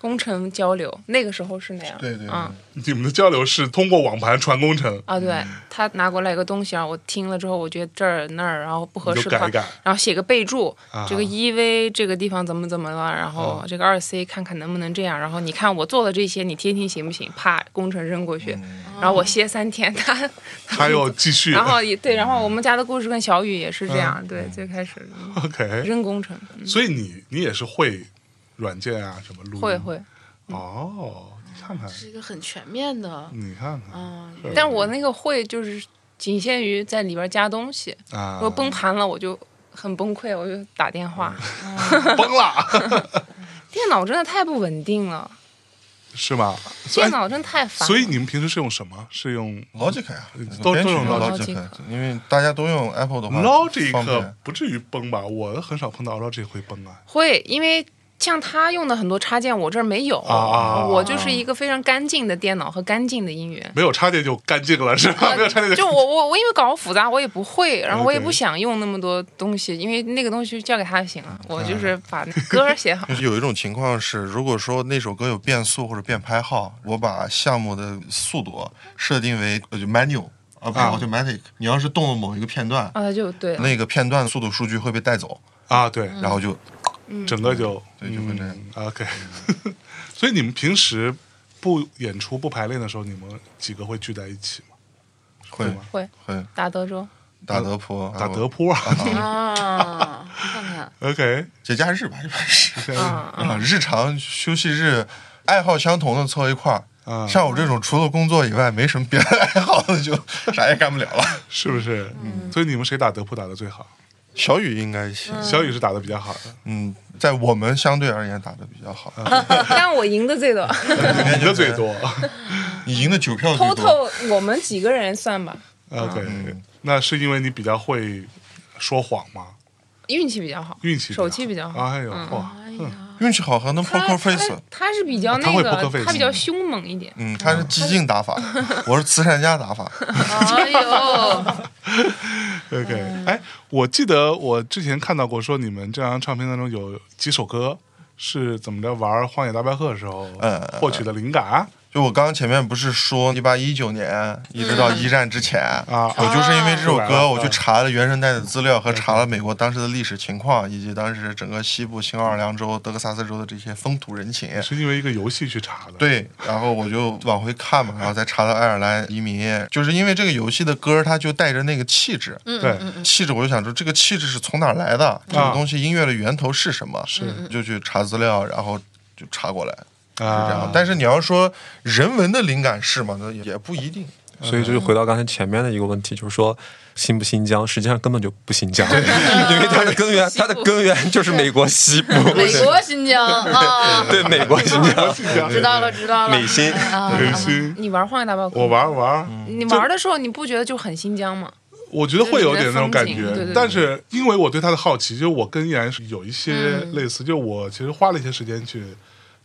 工程交流，那个时候是那样，对对对嗯。你们的交流是通过网盘传工程，啊，对他拿过来一个东西，然后我听了之后，我觉得这儿那儿，然后不合你适就的改话，一改然后写个备注，啊哦这个一 v 这个地方怎么怎么了，然后这个二 c 看看能不能这样，然后你看我做的这些，你听听行不行？啪，工程扔过去，嗯然后我歇三天， 他，还有继续然后也对，然后我们家的故事跟小雨也是这样，对，最开始嗯 OK，扔工程，嗯所以你你也是会软件啊什么录音会会，哦，你看看是一个很全面的，你看看嗯，但我那个会就是仅限于在里边加东西，啊嗯如果，崩盘了 我就很崩溃，我就打电话。崩了电脑真的太不稳定了，是吗？所以电脑真的太烦了。所以你们平时是用什么？是用 Logic 呀、都啊编曲都用 Logic Logic，因为大家都用 Apple 的话啊方 Logic 便，不至于崩吧？我很少碰到 Logic 会崩啊。会因为像他用的很多插件，我这儿没有，啊我就是一个非常干净的电脑和干净的音 源。没有插件就干净了是 吧？没有插件呃就我我我因为搞复杂我也不会，然后我也 OK 不想用那么多东西，因为那个东西交给他就 行了。我就是把那歌儿写好就是有一种情况是，如果说那首歌有变速或者变拍号，我把项目的速度设定为呃就 manual 而不是啊 automatic。你要是动了某一个片段，啊，就对了。那个片段速度数据会被带走，啊，对，然后就嗯整个就对就会这样嗯 OK，所以你们平时不演出不排练的时候，你们几个会聚在一起吗？会吗？会会打 德州，打德扑，打德扑啊 啊，看看， ？OK，节假日吧，一般是嗯嗯， 啊，日常休息日，爱好相同的凑一块儿。啊像我这种除了工作以外没什么别的爱好的，就啥也干不了了。是不是？所以你们谁打德扑打的最好？小雨应该行，小雨是打的比较好的，嗯，在我们相对而言打的比较好。但我赢的最多。你的最多。你赢的九票最多。 ，total 我们几个人算吧， OK，、那是因为你比较会说谎吗？运气比较好，运气手气比较好。哎呦，哇，运气好还能他 poker 他 face，他是比较啊他会那 poker 个， face 他比较凶猛一点。嗯，他是激进打法， 我是慈善家打法。哎呦， OK，哎，我记得我之前看到过，说你们这张唱片当中有几首歌是怎么着玩《荒野大镖客》的时候嗯嗯获取的灵感就我刚刚前面不是说一八一九年一直嗯到一战之前，啊？我就是因为这首出来歌，了嗯我去查了原声带的资料和查了美国当时的历史情况，以及当时整个西部新奥尔良州、德克萨斯州的这些风土人情。是因为一个游戏去查的，，对，然后我就往回看嘛，然后再查到爱尔兰移民，就是因为这个游戏的歌，它就带着那个气质，嗯对嗯嗯气质，我就想说这个气质是从哪儿来的？这个东西音乐的源头是什么？是就去查资料，然后就查过来，是这样。啊，但是你要说人文的灵感是吗？那也不一定。所以就是回到刚才前面的一个问题，就是说新不新疆，实际上根本就不新疆， 因为它的根源，它的根源就是美国西部，美国新疆啊，对美国新疆，知道了知道了，美新。啊，很新。你玩《荒野大镖客》，我玩玩，你玩的时候，你不觉得就很新疆吗？我觉得会有点那种感就是你的风景对觉对，但是因为我对他的好奇，就我跟依然是有一些嗯类似，就我其实花了一些时间去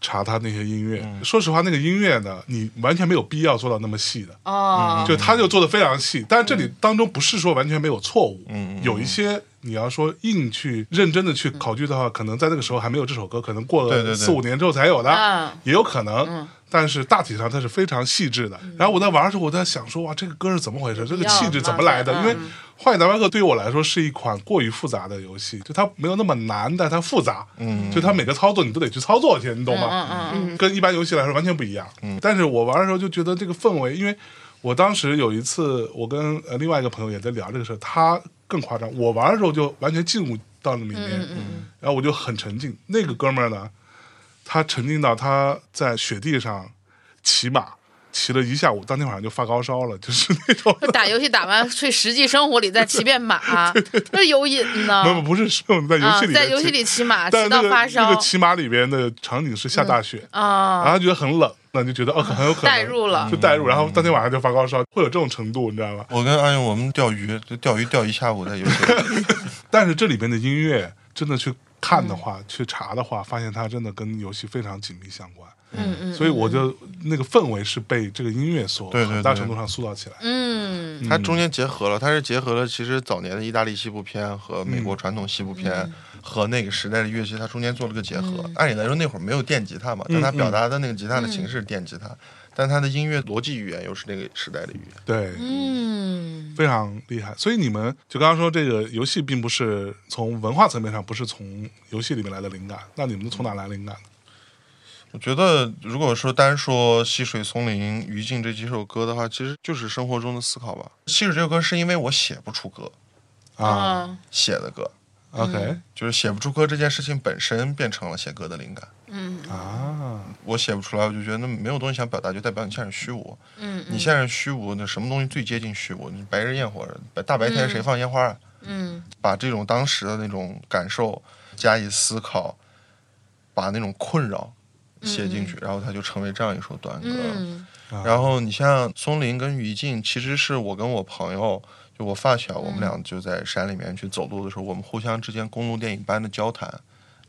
查他那些音乐。嗯说实话，那个音乐呢，你完全没有必要做到那么细的，嗯哦，就他就做的非常细，但是这里当中不是说完全没有错误，嗯有一些你要说硬去认真的去考据的话，可能在那个时候还没有这首歌，可能过对了对对四五年之后才有的，嗯啊也有可能。但是大体上它是非常细致的。嗯然后我在玩的时候，我在想说，哇，这个歌是怎么回事？这个气质怎么来的？嗯因为《荒野大镖客》对于我来说是一款过于复杂的游戏，就它没有那么难，但它复杂。嗯，就它每个操作你都得去操作去，你懂吗？嗯嗯嗯，跟一般游戏来说完全不一样。但是我玩的时候就觉得这个氛围，因为我当时有一次，我跟呃另外一个朋友也在聊这个事儿，他更夸张，我玩的时候就完全进入到那里嗯面，然后我就很沉浸。那个哥们儿呢，他沉浸到他在雪地上骑马。骑了一下午，当天晚上就发高烧了，就是那种， 打游戏打完去实际生活里再骑遍马， 这有瘾呢。不不不是是我们在游啊戏里、，在游戏，里骑马但是骑那到个发那烧嗯个骑马里边的场景是下大雪，然啊，后觉得很冷，那就觉得哦，很有可能代嗯入了就代入，嗯然后当天晚上就发高烧，会有这种程度，你知道吧？我跟安勇我们钓鱼，就钓鱼钓一下午在 游戏里。但是这里边的音乐真的去看嗯的话，去查的话，发现它真的跟游戏非常紧密相关。嗯嗯，所以我就那个氛围是被这个音乐所对对对很大程度上塑造起来。嗯它中间结合了，它是结合了其实早年的意大利西部片和美国传统西部片和那个时代的乐器，它中间做了个结合。按理来说那会儿没有电吉他嘛，但它表达的那个吉他的形式是电吉他，但它的音乐逻辑语言又是那个时代的语言。对，嗯，非常厉害。所以你们就刚刚说这个游戏并不是从文化层面上不是从游戏里面来的灵感，那你们从哪来灵感呢？我觉得，如果说单说《溪水松林》《于静》这几首歌的话，其实就是生活中的思考吧。《溪水》这首歌是因为我写不出歌，啊啊，写的歌，OK 就是写不出歌这件事情本身变成了写歌的灵感。啊，我写不出来，我就觉得那没有东西想表达，就代表你现实虚无。嗯你现实虚无，那什么东西最接近虚无？你白日焰火，白大白天谁放烟花啊？嗯把这种当时的那种感受加以思考，把那种困扰写进去，然后它就成为这样一首短歌。嗯然后你像松林跟于静，其实是我跟我朋友，就我发小，嗯我们俩就在山里面去走路的时候，我们互相之间公路电影般的交谈，嗯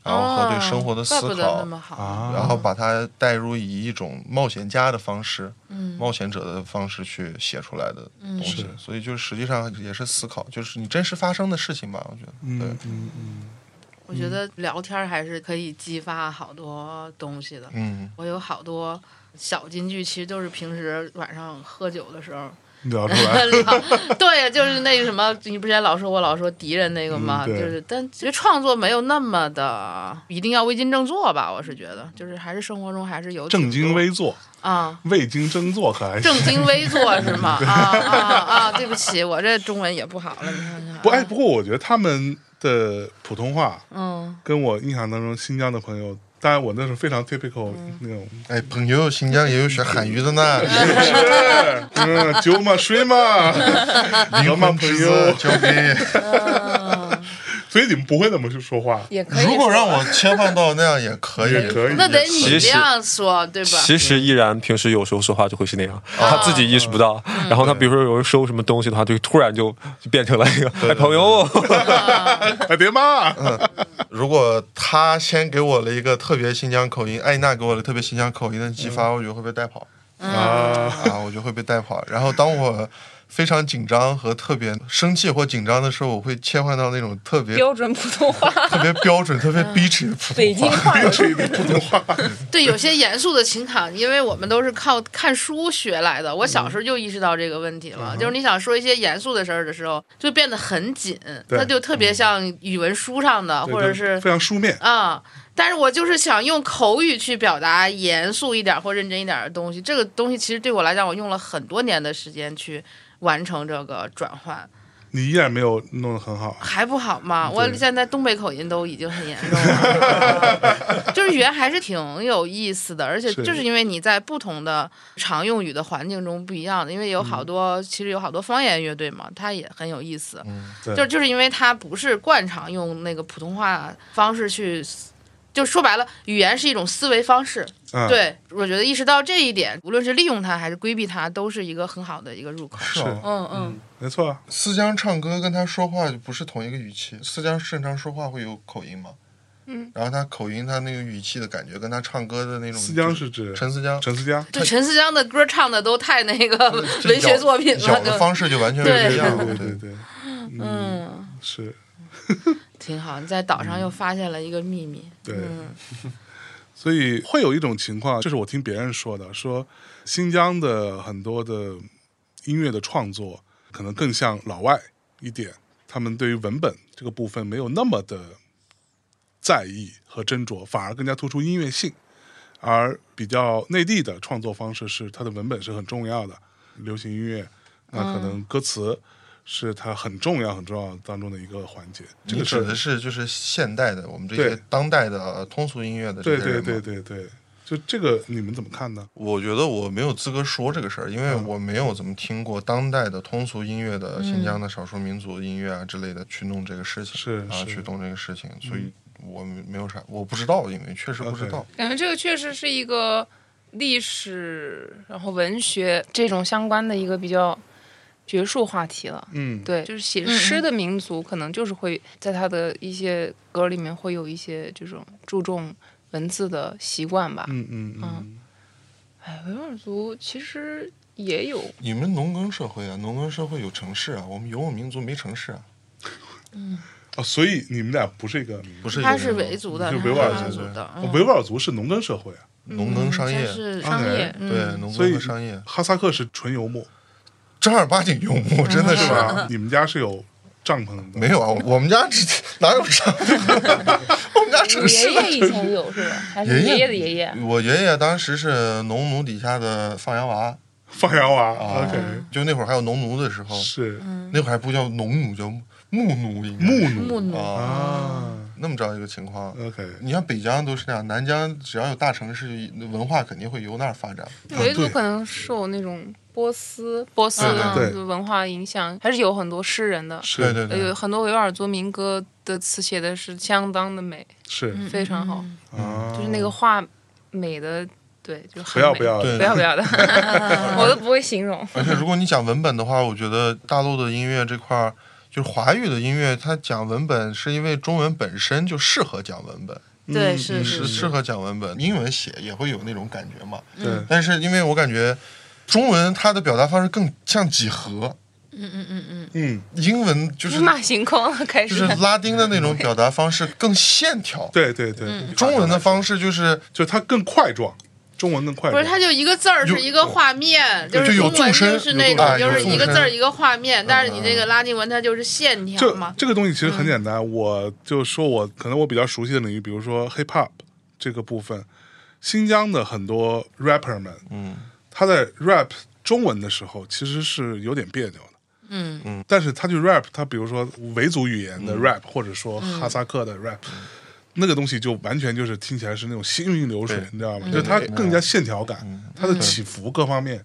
然后和对生活的哦怪思不得考，那么好，嗯啊然后把它带入以一种冒险家的方式、嗯冒险者的方式去写出来的东西，是所以就是实际上也是思考，就是你真实发生的事情吧，我觉得。对嗯嗯嗯。我觉得聊天还是可以激发好多东西的。嗯，我有好多小金句，其实都是平时晚上喝酒的时候聊出来， 对，就是那个什么，你不是也老说我老说敌人那个吗？嗯对就是，但其实创作没有那么的一定要为金正坐吧，我是觉得，就是还是生活中还是有正襟经危坐，啊。未经争坐，可还行正襟危坐是 吗？啊啊啊！对不起，我这中文也不好了，你看看。不哎，不过我觉得他们的普通话嗯，跟我印象当中新疆的朋友，当然我那是非常 typical 那种，哎，朋友，新疆也有学汉语的呢，嗯，酒嘛水嘛，灵嘛朋魂之友子交给所以你们不会那么去说话。也可以。如果让我切换到那样也可以，也可以那得你其这实样说对吧？其实依然平时有时候说话就会是那样，哦他自己意识不到。嗯然后他比如说有人收什么东西的话，就突然就就变成了一个哎朋友，哎，别骂，如果他先给我了一个特别新疆口音，艾娜给我了特别新疆口音的激发，嗯我觉得会被带跑啊，啊，我觉得会被带跑。然后当我非常紧张和特别生气或紧张的时候，我会切换到那种特别标准普通 话，特别标准、特别嗯逼真的普北通京话。话。对，有些严肃的情感，因为我们都是靠看书学来的。我嗯小时候就意识到这个问题了，就是你想说一些严肃的事儿的时候，就变得很紧，对嗯那就特别像语文书上的，或者是非常书面。啊、但是我就是想用口语去表达严肃一点或认真一点的东西。这个东西其实对我来讲，我用了很多年的时间去完成这个转换，你依然没有弄得很好，还不好吗？我嗯对现在东北口音都已经很严 重了，就是语言还是挺有意思的，而且是就是因为你在不同的常用语的环境中不一样的，因为有好嗯多、其实有好多方言乐队嘛，它也很有意思。对就就是因为他不是惯常用那个普通话方式去，就说白了，语言是一种思维方式。嗯，，对，我觉得意识到这一点，无论是利用它还是规避它，都是一个很好的一个 入口。是哦嗯嗯，没错啊，思江唱歌跟他说话就不是同一个语气，思江正常说话会有口音吗？嗯，然后他口音，他那个语气的感觉，跟他唱歌的那种。思江是指陈思江，陈思佳，对，陈思江的歌唱的都太那个这文学咬作品了，咬的就方式就完全对不一样。对对对，对，嗯，嗯，是挺好。你在岛上又发现了一个秘密。对，嗯， 所以会有一种情况，这是我听别人说的，说新疆的很多的音乐的创作可能更像老外一点，他们对于文本这个部分没有那么的在意和斟酌，反而更加突出音乐性。而比较内地的创作方式是，它的文本是很重要的，流行音乐那可能歌词是它很重要、很重要当中的一个环节。这你个指的是是就是现代的，我们这对些当代的呃通俗音乐的这对些人对吗对对对，就这个你们怎么看呢？我觉得我没有资格说这个事儿，因为嗯我没有怎么听过当代的通俗音乐的新疆的少数民族音乐啊之类的去弄这个事情，是啊是嗯去弄这个事情，所以我没有啥，我不知道，因为确实不知道。感觉这个确实是一个历史，然后文学这种相关的一个比较学术话题了。嗯，对，就是写嗯诗的民族，可能就是会在他的一些歌里面会有一些这种注重文字的习惯吧。嗯嗯嗯嗯，哎，维吾尔族其实也 有，你们农耕社会啊，农耕社会有城市啊，我们游牧民族没城市啊，哦，所以你们俩不是一个民族，不是他游牧是民族维族的，就他维吾尔是族族的，嗯哦维吾尔族是农耕社会啊，农耕商业他，嗯是商商业业，嗯对农所耕以和商业，哈萨克是纯游牧，正儿八经游嗯牧，真的是 是。吧？你们家是有帐篷的，没有啊，我们家只哪有啥？ 我们家城市爷爷以前有是吧？还是爷爷爷爷的爷啊爷？我爷爷当时是农奴底下的放羊娃放羊娃啊哦？OK，就那会儿还有农奴的时候，是那会儿还不叫农奴，叫牧奴应该牧是，奴木奴。啊，啊那么着一个情况。 ，OK，你像北疆都是那样，南疆只要有大城市，文化肯定会由那儿发展。维族啊对可能受那种波斯波斯嗯对文化影响，还是有很多诗人的，是对对哎对，有很多维吾尔族民歌的词写的是相当的美，是嗯非常好，啊，就是那个画美的，对，就很不要美不要，对不要不要的，嗯我都不会形容。而且如果你讲文本的话，我觉得大陆的音乐这块儿，就是华语的音乐，它讲文本是因为中文本身就适合讲文本，对，嗯是嗯是是适合讲文本。英文写也会有那种感觉嘛，对但是因嗯为我感觉中文它的表达方式更像几何，嗯嗯嗯嗯，嗯，英文就是天马行空了，开就始是拉丁的那种表达方式更线条。对对对，中文的方式就是就它更块状，中文更块不状是，，它就一个字儿有是一个画面，对是就有中文纵深就是那有纵种，深就是一个字有纵儿深一个画面，但是你这个拉丁文它就是线条这嘛，这个东西其实很简嗯单，我就说我可能我比较熟悉的领域，比如说 hip hop 这个部分，新疆的很多 rapper 们，嗯，他在 rap 中文的时候其实是有点别扭的。嗯嗯，但是他去 rap，他比如说维族语言的 rap，、或者说嗯哈萨克的 rap，、那个东西就完全就是听起来是那种行云流水对，你知道吗？就是它更加线条感，它的起伏各方面，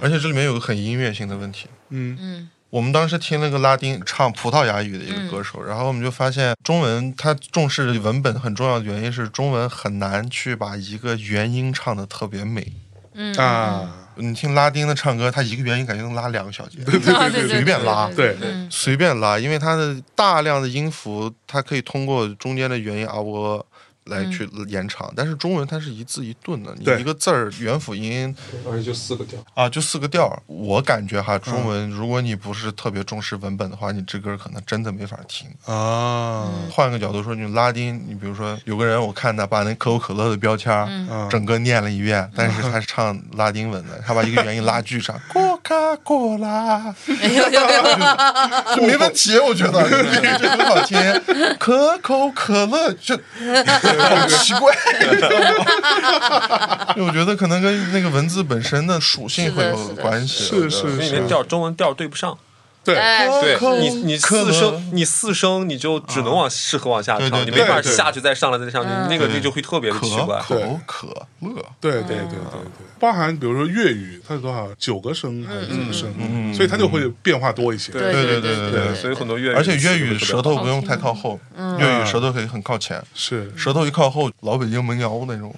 而且这里面有个很音乐性的问题，嗯嗯，我们当时听那个拉丁唱葡萄牙语的一个歌手，然后我们就发现中文它重视文本很重要的原因是中文很难去把一个元音唱的特别美。嗯啊，你听拉丁的唱歌，它一个元音感觉能拉两个小节，啊对对对随便拉对对，随便拉，因为它的大量的音符，它可以通过中间的元音啊喔来去延长，但是中文它是一字一顿的，你对一个字儿元辅音而且就四个调。嗯啊就四个调儿。我感觉哈，中文如果你不是特别重视文本的话，你这歌可能真的没法听。啊，换个角度说，你拉丁，你比如说有个人，我看他把那可口可乐的标签儿整个念了一遍，但是他是唱拉丁文的，他把一个元音拉巨长，Coca Cola，就没问题，我觉得这个很好听。可口可乐这好奇怪，就我觉得可能跟那个文字本身的属性会有是的是的关系，是我觉所得以连调中文调对不上，对，哎，对可你你可四能声你四声你就只能往适合往下对嗯唱，对你对没法对下去再上来再上去，你那个对就会特别的可奇怪。口可乐。对对对对哦对，包含比如说粤语，它是多少九个声还是几个声，所以它就会变化多一些。对对对对对所以很多粤语，而且粤语舌头不用太嗯靠后，嗯粤语舌头可以很靠前，是舌头一靠后，老北京民谣那 种，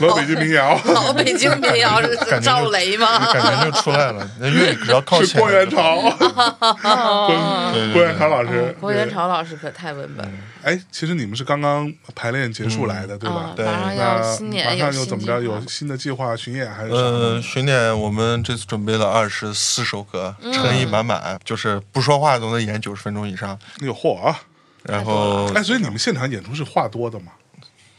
老北京民谣，老北京民谣是感觉就赵雷吗？感觉就出来了。那粤语只要靠是前，郭元朝， 哦，对，对郭对元朝老师，郭元朝老师可太文本了对。哎，其实你们是刚刚排练结束来嗯的，对吧啊！？对马上要那新马年有上新又怎么着？计划有新的计划巡演还是什么？呃，巡演我们这次准备了二十四首歌，嗯诚意满满，就是不说话都能演九十分钟以上。有货啊！然后哎，所以你们现场演出是话多的吗？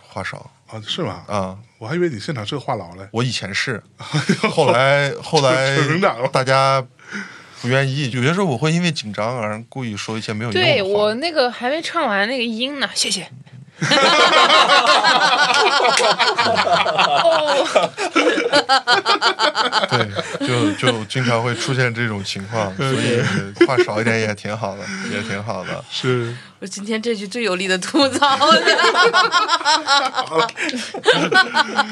话少啊，是吗？啊，我还以为你现场是个话痨嘞。我以前是，哎 后来后来成成长了大家不愿意，有些时候我会因为紧张而故意说一些没有用的话。对我那个还没唱完那个音呢，谢谢。哦，对，就就经常会出现这种情况，所以话少一点也挺好的，也挺好的。 是，我今天这句最有力的吐槽 了，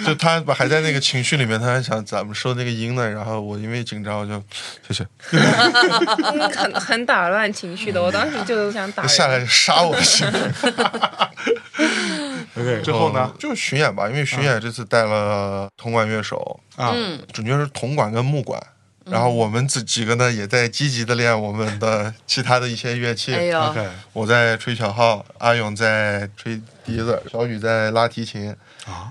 就他还在那个情绪里面，他还想咱们说那个音呢，然后我因为紧张，我就谢谢，很很打乱情绪的，我当时就想打他人。下来就杀我行吗？ OK，之后呢？哦就巡演吧，因为巡演这次带了铜管乐手，啊，嗯准确是铜管跟木管。然后我们自几个呢，也在积极的练我们的其他的一些乐器。哎呦， OK，我在吹小号，阿勇在吹笛子，小雨在拉提琴，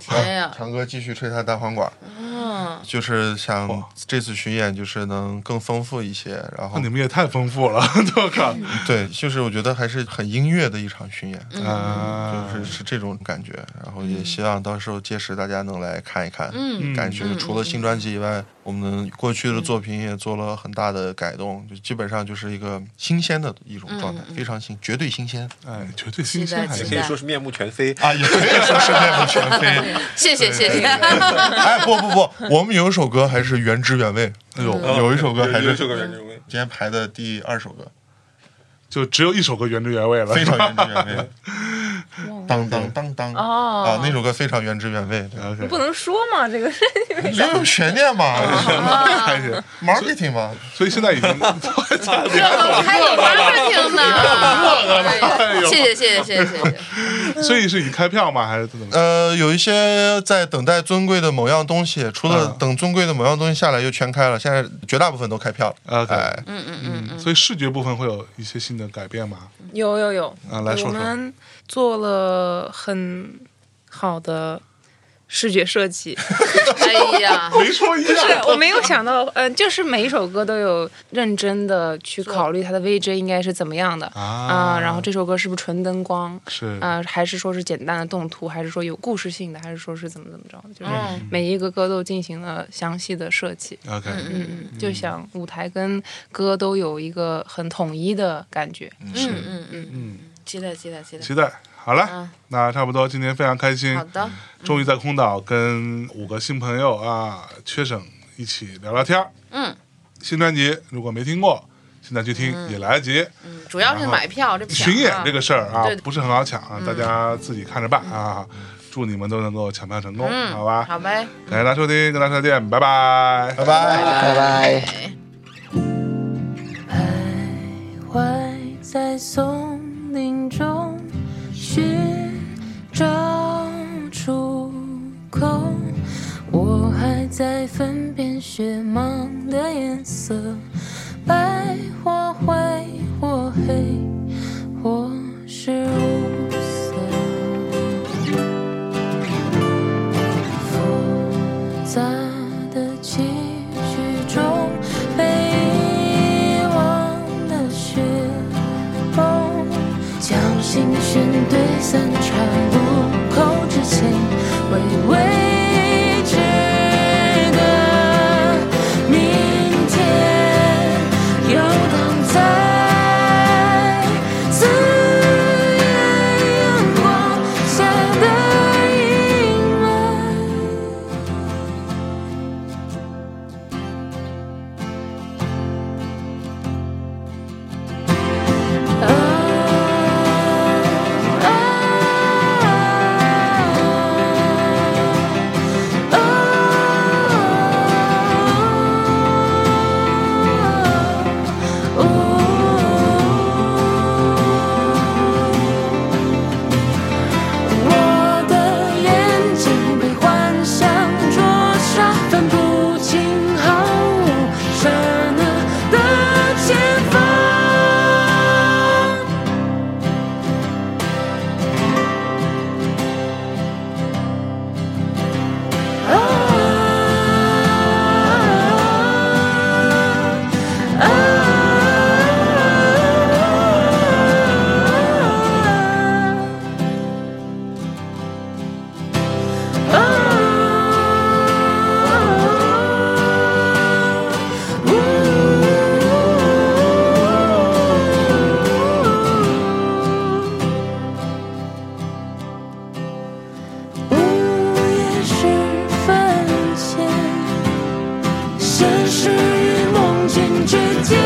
哎 呀，强哥继续吹他单簧管。嗯，就是想这次巡演就是能更丰富一些，然那后你们也太丰富了， 我靠！对，就是我觉得还是很音乐的一场巡演，嗯啊，嗯就是是这种感觉。然后也希望到时候届时大家能来看一看，嗯感觉除了新专辑以外，我们过去的作品也做了很大的改动，就基本上就是一个新鲜的一种状态，嗯非常新，绝对新鲜哎，绝对新鲜，还期待可期是以说是面目全非。啊！也可以说是面目全 非。谢谢谢谢，哎，不不不，我们有一首歌还是原汁原味，哎嗯呦，有一首歌还有是一首歌原汁原味今天排的第二首歌。就只有一首歌原汁原味了。非常原汁原味。当当当当哦啊，那首歌非常原汁原味，对 OK，不能说嘛，这个是没有悬念嘛开心。 ，marketing 嘛，所以现在已经， 还有 marketing 呢，哎谢谢谢谢谢谢谢谢，所以是已开票吗？还是怎么？呃，有一些在等待尊贵的某样东西，除了嗯等尊贵的某样东西下来，又全开了，现在绝大部分都开票了。 OK 哎嗯，所以视觉部分会有一些新的改变吗？有有有啊来说说我们做了很好的视觉 设计。哎呀，没说一样，对，我没有想到，嗯、就是每一首歌都有认真的去考虑它的 VJ 应该是怎么样的啊啊、然后这首歌是不是纯灯光？是啊、还是说是简单的动图，还是说有故事性的，还是说是怎么怎么着？就是嗯每一个歌都进行了详细的设计。 OK，嗯嗯，就想舞台跟歌都有一个很统一的感觉。嗯嗯嗯嗯，期待期待期待，期待。好了嗯，那差不多，今天非常开心好，的，终于在空岛跟五个新朋友啊，缺省一起聊聊天儿。嗯，新专辑如果没听过，现在去听也来得及。嗯主要是买票这巡演这个事，事儿啊对，嗯不是很好抢啊，大家自己看着办啊。祝你们都能够抢票成功，嗯，好吧？好呗。感谢大家收听，跟大家再见，拜拜。拜拜。拜拜。拜在松林中寻找出口，我还在分辨雪茫的颜色，白或灰或黑或是无色。复杂的情绪中，被遗忘的雪崩，将心弦对散差入口之前，为未知的明天游荡在四月阳光下的阴霾。啊啊啊！我的眼睛被幻想灼伤，分不清毫无刹那的前方。啊啊啊！啊！午夜时分前，现实与梦境之间。